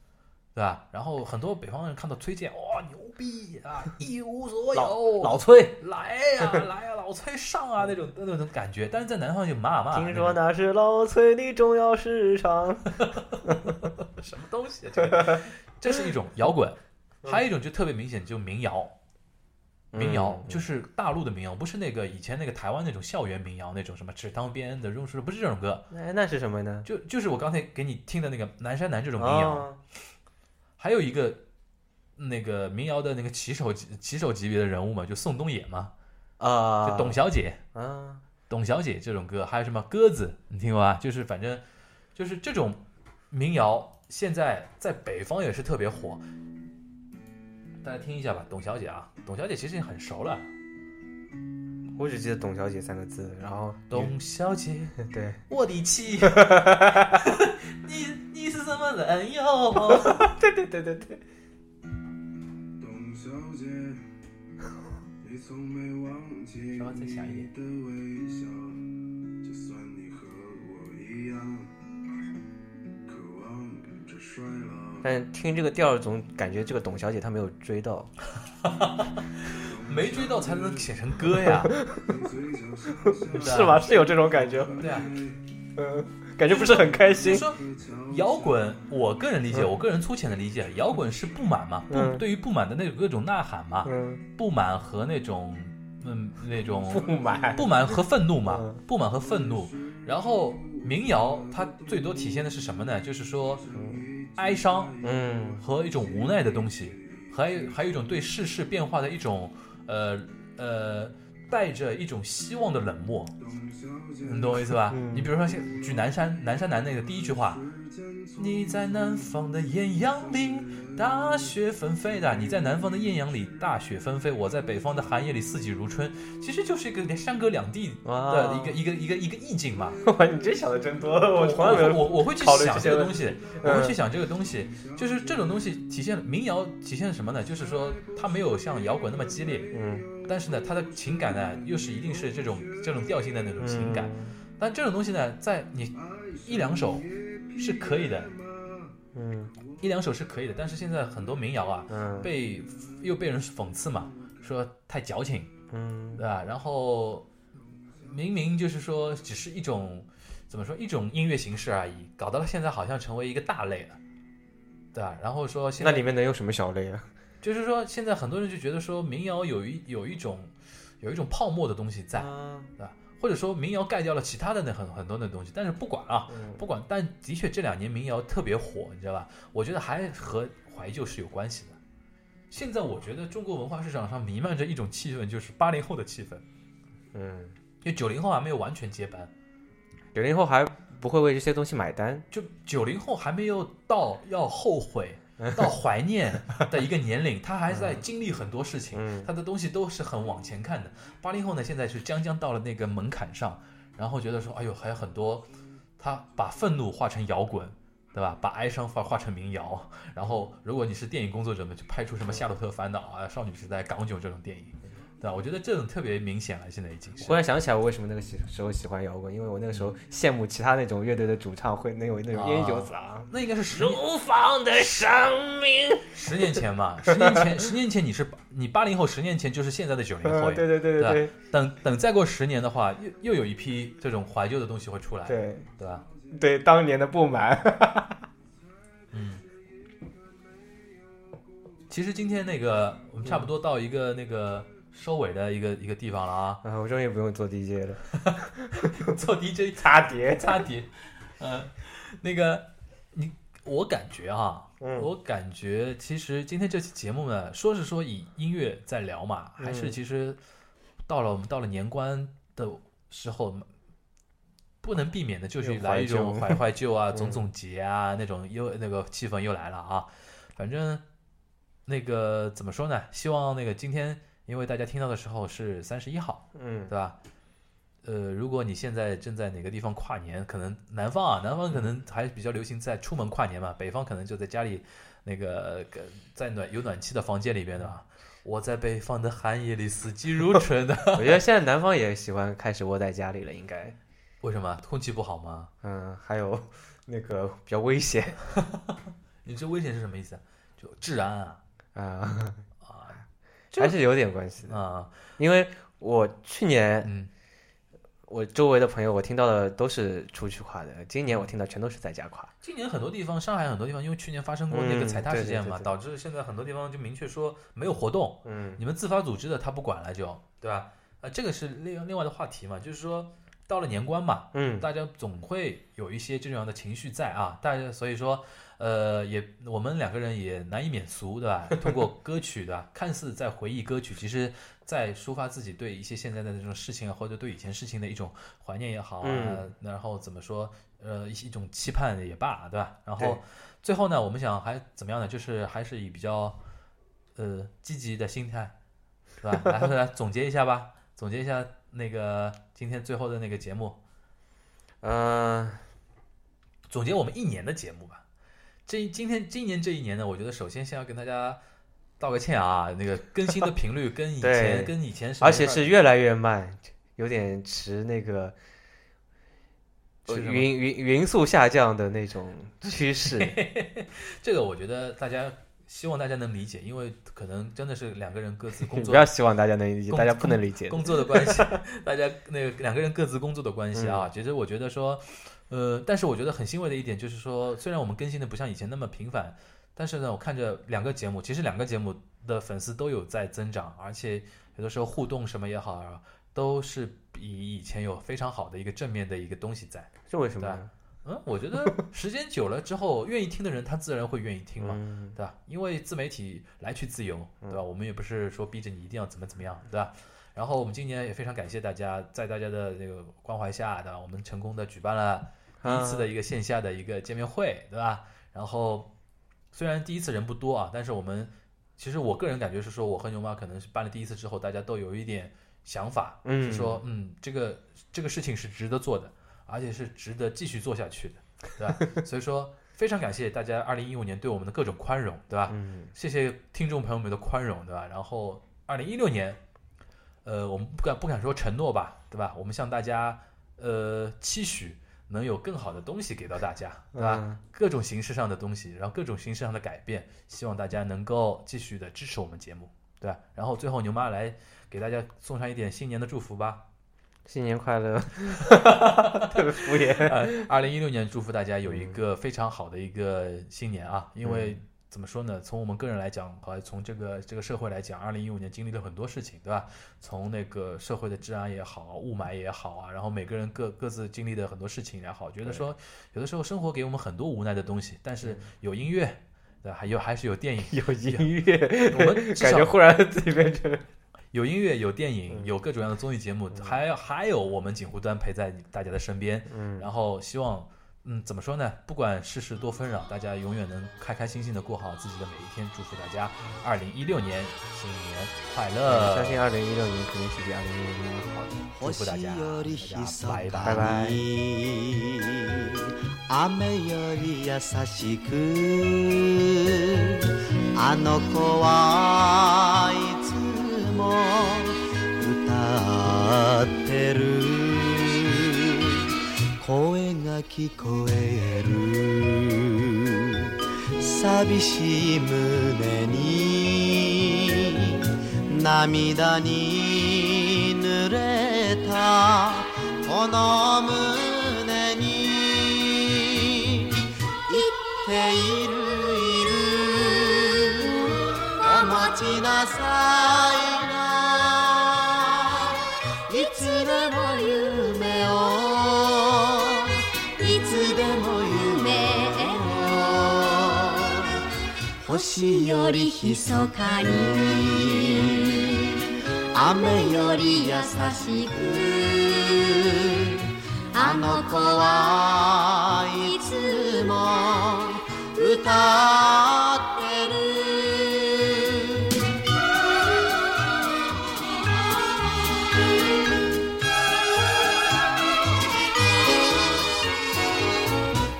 B: 对吧？然后很多北方人看到崔健，哇、牛逼啊，一无所有，
F: 老崔，
B: 来呀、来呀、老崔上啊那种那种感觉，但是在南方就嘛
C: 啊
B: 嘛，
F: 听说那是老崔的重要市场。
B: 什么东西、啊？这个这是一种摇滚，
F: 嗯
B: 还有一种就特别明显，就民谣。民谣
C: 嗯
B: 就是大陆的民谣，不是那个以前那个台湾那种校园民谣那种什么池塘边的榕树，不是这种歌，
C: 那哎那是什么呢？
B: 就就是我刚才给你听的那个南山南这种民谣。
C: 哦
B: 还有一个那个民谣的那个旗手级旗手级别的人物嘛，就宋冬野嘛，
C: 啊啊，
B: 就董小姐。
C: 啊，
B: 董小姐这种歌，还有什么鸽子，你听过吧？就是反正就是这种民谣，现在在北方也是特别火。大家听一下吧，董小姐啊，董小姐其实很熟了。
C: 嗯我只记得董小姐三个字，然后 *laughs*
B: 董小姐，
C: 对，
B: 我的妻，你你是什么 *laughs* 人哟？
C: 对对对对对，
D: 董小姐，你从没忘记你
B: 稍微再响一点
D: 的微笑，就算你和我一样，渴望着衰老。
C: 但听这个调儿总感觉这个董小姐她没有追到，
B: 没追到才能写成歌呀，
D: 你嘴角上下
B: 是吧？
C: 是有这种感觉，嗯
B: 对啊，
C: 感觉不是很开
B: 就
C: 心
B: 是。说摇滚，我个人理解，我个人粗浅的理解，摇滚是不满嘛，不
C: 嗯
B: 对于不满的那种各种呐喊嘛，
C: 嗯，
B: 不满和那种嗯那种
C: 不买。
B: 不满和愤怒嘛
C: 嗯，
B: 不满和愤怒。然后民谣它最多体现的是什么呢？就是说哀伤
C: 嗯
B: 和一种无奈的东西，还有还有一种对世事变化的一种呃呃带着一种希望的冷漠，你懂我意思吧？
C: 嗯
B: 你比如说像举南山南山南那个第一句话。你在南方的艳阳里，大雪纷飞的；你在南方的艳阳里，大雪纷飞；我在北方的寒夜里，四季如春。其实就是一个山隔两地的
C: 哇
B: 一个一个一个一个意境嘛。
C: 哇， *laughs* 你这想的真多，我从来没
B: 我
C: 有。
B: 我我会去
C: 考虑
B: 想
C: 这些
B: 这个
C: 问嗯
B: 东西，我会去想这个东西，就是这种东西体现民谣体现什么呢？就是说它没有像摇滚那么激烈，
C: 嗯，
B: 但是呢，它的情感呢又是一定是这种这种调性的那
C: 嗯
B: 种情感。但这种东西呢，在你一两首是可以的，
C: 嗯
B: 一两首是可以的，但是现在很多民谣啊，
C: 嗯
B: 被又被人讽刺嘛，说太矫情，
C: 嗯
B: 对吧？然后明明就是说只是一种怎么说一种音乐形式而已，搞到现在好像成为一个大类了，对吧？然后说现
C: 那
B: 在
C: 里面能有什么小类啊？
B: 就是说现在很多人就觉得说民谣有一有一种有一种泡沫的东西
C: 嗯
B: 在，
C: 啊
B: 对吧？或者说民谣盖掉了其他的那很很多的东西，但是不管啊，
C: 嗯
B: 不管，但的确这两年民谣特别火，你知道吧？我觉得还和怀旧是有关系的。现在我觉得中国文化市场上弥漫着一种气氛，就是八零后的气氛，
C: 嗯，
B: 因为九零后还没有完全接班，
C: 九零后还不会为这些东西买单。
B: 就九零后还没有到要后悔、到怀念的一个年龄，他还在经历很多事情，
C: 嗯
B: 他的东西都是很往前看的。八零后呢，现在是将将到了那个门槛上，然后觉得说，哎呦，还有很多，他把愤怒化成摇滚，对吧？把哀伤化化成民谣，然后如果你是电影工作者们，就拍出什么《夏洛特烦恼》啊、《少女时代》、《港囧》这种电影，对吧？我觉得这种特别明显了，现在已经是
C: 忽。然想起来，我为什么那个喜时候喜欢摇滚，因为我那个时候羡慕其他那种乐队的主唱会能有那种烟酒嗓。嗯
B: 那应该是十年
C: 放的生命。
B: 十年前嘛，十年前，十年前你是你八零后，十年前就是现在的九零后
C: 嗯，
B: 呀。
C: 对对对
B: 对吧
C: 对
B: 等等再过十年的话，又又有一批这种怀旧的东西会出来，
C: 对
B: 对吧？
C: 对对，当年的不满。
B: 嗯，其实今天那个我们差不多到一个那个收尾的一个一个地方了啊
C: *laughs*，
B: *laughs*
C: 啊，我终于不用做 DJ 了，
B: 做 DJ
C: 擦碟。
B: 擦碟，呃，那个你我感觉啊，
C: 嗯
B: 我感觉其实今天这期节目呢，说是说以音乐在聊嘛，还是
C: 嗯
B: 其实到了我们到了年关的时候，不能避免的就是
C: 有怀
B: 来一种
C: 旧
B: 怀怀旧
C: 嗯
B: 啊、总总结啊那种又那个气氛又来了啊。反正那个怎么说呢？希望那个今天，因为大家听到的时候是三十一号，
C: 嗯
B: 对，吧？呃，如果你现在正在哪个地方跨年，可能南方啊，南方可能还比较流行在出门跨年嘛，北方可能就在家里那个呃在暖有暖气的房间里边的吧。我在北方的寒夜里四季如春的， *laughs*
C: 我觉得现在南方也喜欢开始窝在家里了，应该，
B: 为什么空气不好吗？
C: 嗯，还有那个比较危险
B: 你这危险是什么意思啊？就治安啊
C: 啊，
B: 啊
C: 还是有点关系的，
B: 啊
C: 因为我去年
B: 嗯
C: 我周围的朋友，我听到的都是出去跨的，今年我听到全都是在家跨。
B: 今年很多地方，上海很多地方，因为去年发生过那个
C: 嗯
B: 踩踏
C: 对
B: 事
C: 对
B: 件
C: 对
B: 嘛，
C: 对
B: 导致现在很多地方就明确说没有活动，
C: 嗯
B: 你们自发组织的他不管了就，对吧？呃，这个是另另外的话题嘛，就是说到了年关嘛，
C: 嗯，
B: 大家总会有一些这样的情绪在啊，大家所以说，呃，也我们两个人也难以免俗，对
C: *laughs*
B: 吧？通过歌曲，对吧？看似在回忆歌曲，其实在抒发自己对一些现在的这种事情啊，或者对以前事情的一种怀念也好啊，
C: 嗯
B: 然后怎么说，呃，一些一种期盼也罢，对吧？然
C: 对
B: 后最后呢，我们想还怎么样呢？就是还是以比较呃积极的心态，对吧？来来总结一下吧，总结一下那个今天最后的那个节目。
C: 嗯、
B: 总结我们一年的节目吧。这今天今年这一年呢，我觉得首先先要跟大家道个歉啊，那个更新的频
C: *laughs*
B: 率跟以前
C: 对
B: 跟以前是没法，
C: 而且是越来越慢，有点持那个
B: 持什么
C: 匀匀匀速下降的那种趋势。
B: 这个，我觉得大家希望大家能理解，因为可能真的是两个人各自 *laughs* 工
C: *laughs* 不
B: 作
C: 要希望大家能理解，
B: 工
C: 大家不能理解的。
B: 工作的关系， *laughs* 大家那个两个人各自工作的关系啊，其实我觉得说，呃，但是我觉得很欣慰的一点就是说，虽然我们更新的不像以前那么频繁，但是呢，我看着两个节目，其实两个节目的粉丝都有在增长，而且有的时候互动什么也好啊，都是比以前有非常好的一个正面的一个东西在。
C: 这为什么
B: 对
C: 呢？
B: 嗯，我觉得时间久了之后，愿意听的人他自然会愿意听嘛。
C: 嗯，
B: 对吧？因为自媒体来去自由，对吧？我们也不是说逼着你一定要怎么怎么样，对吧？然后我们今年也非常感谢大家，在大家的那个关怀下，对吧？我们成功的举办了第一次的一个线下的一个见面会，对吧？然后虽然第一次人不多啊，但是我们其实我个人感觉是说，我和牛妈可能是办了第一次之后，大家都有一点想法，
C: 嗯
B: 是说嗯，这个这个事情是值得做的，而且是值得继续做下去的，对吧？ *laughs* 所以说非常感谢大家二零一五年对我们的各种宽容，对吧？
C: 嗯，
B: 谢谢听众朋友们的宽容，对吧？然后二零一六年，呃，我们不敢不敢说承诺吧，对吧？我们向大家呃期许能有更好的东西给到大家，对吧？
C: 嗯
B: 各种形式上的东西，然后各种形式上的改变，希望大家能够继续的支持我们节目，对吧？然后最后牛妈来给大家送上一点新年的祝福吧。
C: 新年快
B: *laughs*
C: 乐，特别敷衍。，
B: 呃二零一六年祝福大家有一个非常好的一个新年啊！因为怎么说呢，从我们个人来讲，和从这个这个社会来讲，二零一五年经历了很多事情，对吧？从那个社会的治安也好，雾霾也好啊，然后每个人各各自经历的很多事情也好，觉得说有的时候生活给我们很多无奈的东西，但是有音乐，对吧？还有还是啊有电影
C: 嗯有音乐，
B: 我们至
C: 感
B: 少
C: 觉忽然自己变成
B: 有音乐，有电影，有各种各样的综艺节目，还还有我们锦湖端陪在大家的身边。
C: 嗯
B: 然后希望，嗯，怎么说呢？不管世事多纷扰，大家永远能开开心心的过好自己的每一天。祝福大家，二零一六年新年快乐！
C: 相信二零一六年肯定是比二零一五年好的。
B: 祝福大家，大家拜拜。
C: 拜拜
G: 雨より優しくあの子はいつも歌ってる声が聞こえる寂しい胸に涙に濡れたこの胸に言っているいるお待ちなさいないつでも夢をいつでも夢を星よりひそかに雨より優しくあの子はいつも歌ってる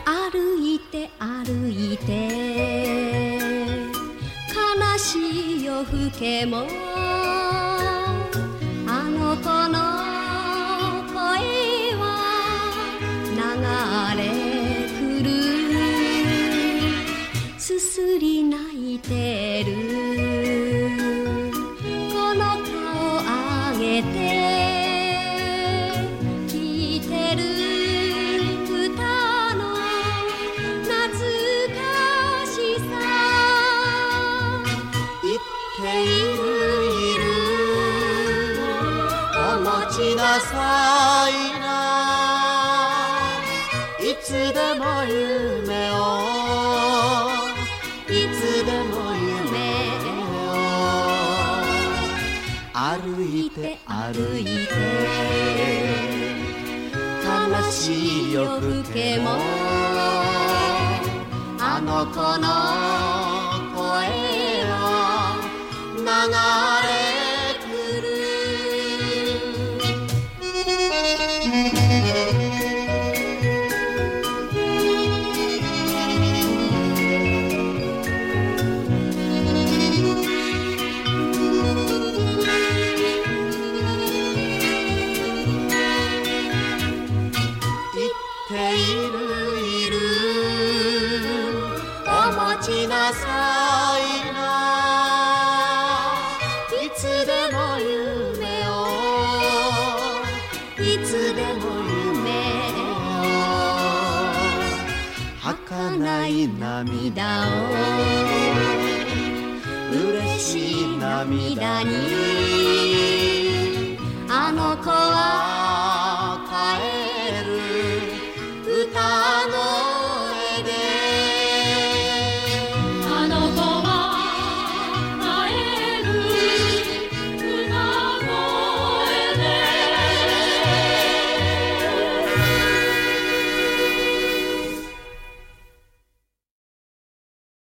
G: 歩いて歩いて悲しい夜更けもあの子の声は流れ来るすすり泣いてるこの顔上げて聞いてる歌の懐かしさ言っているいるお持ちなさいないつでも夢をいつでも夢を歩いて歩いて悲しい夜更けもあの子の声は流れ来る言っているいるお持ちなさいないつでも夢をいつでも夢を儚い涙を嬉しい涙に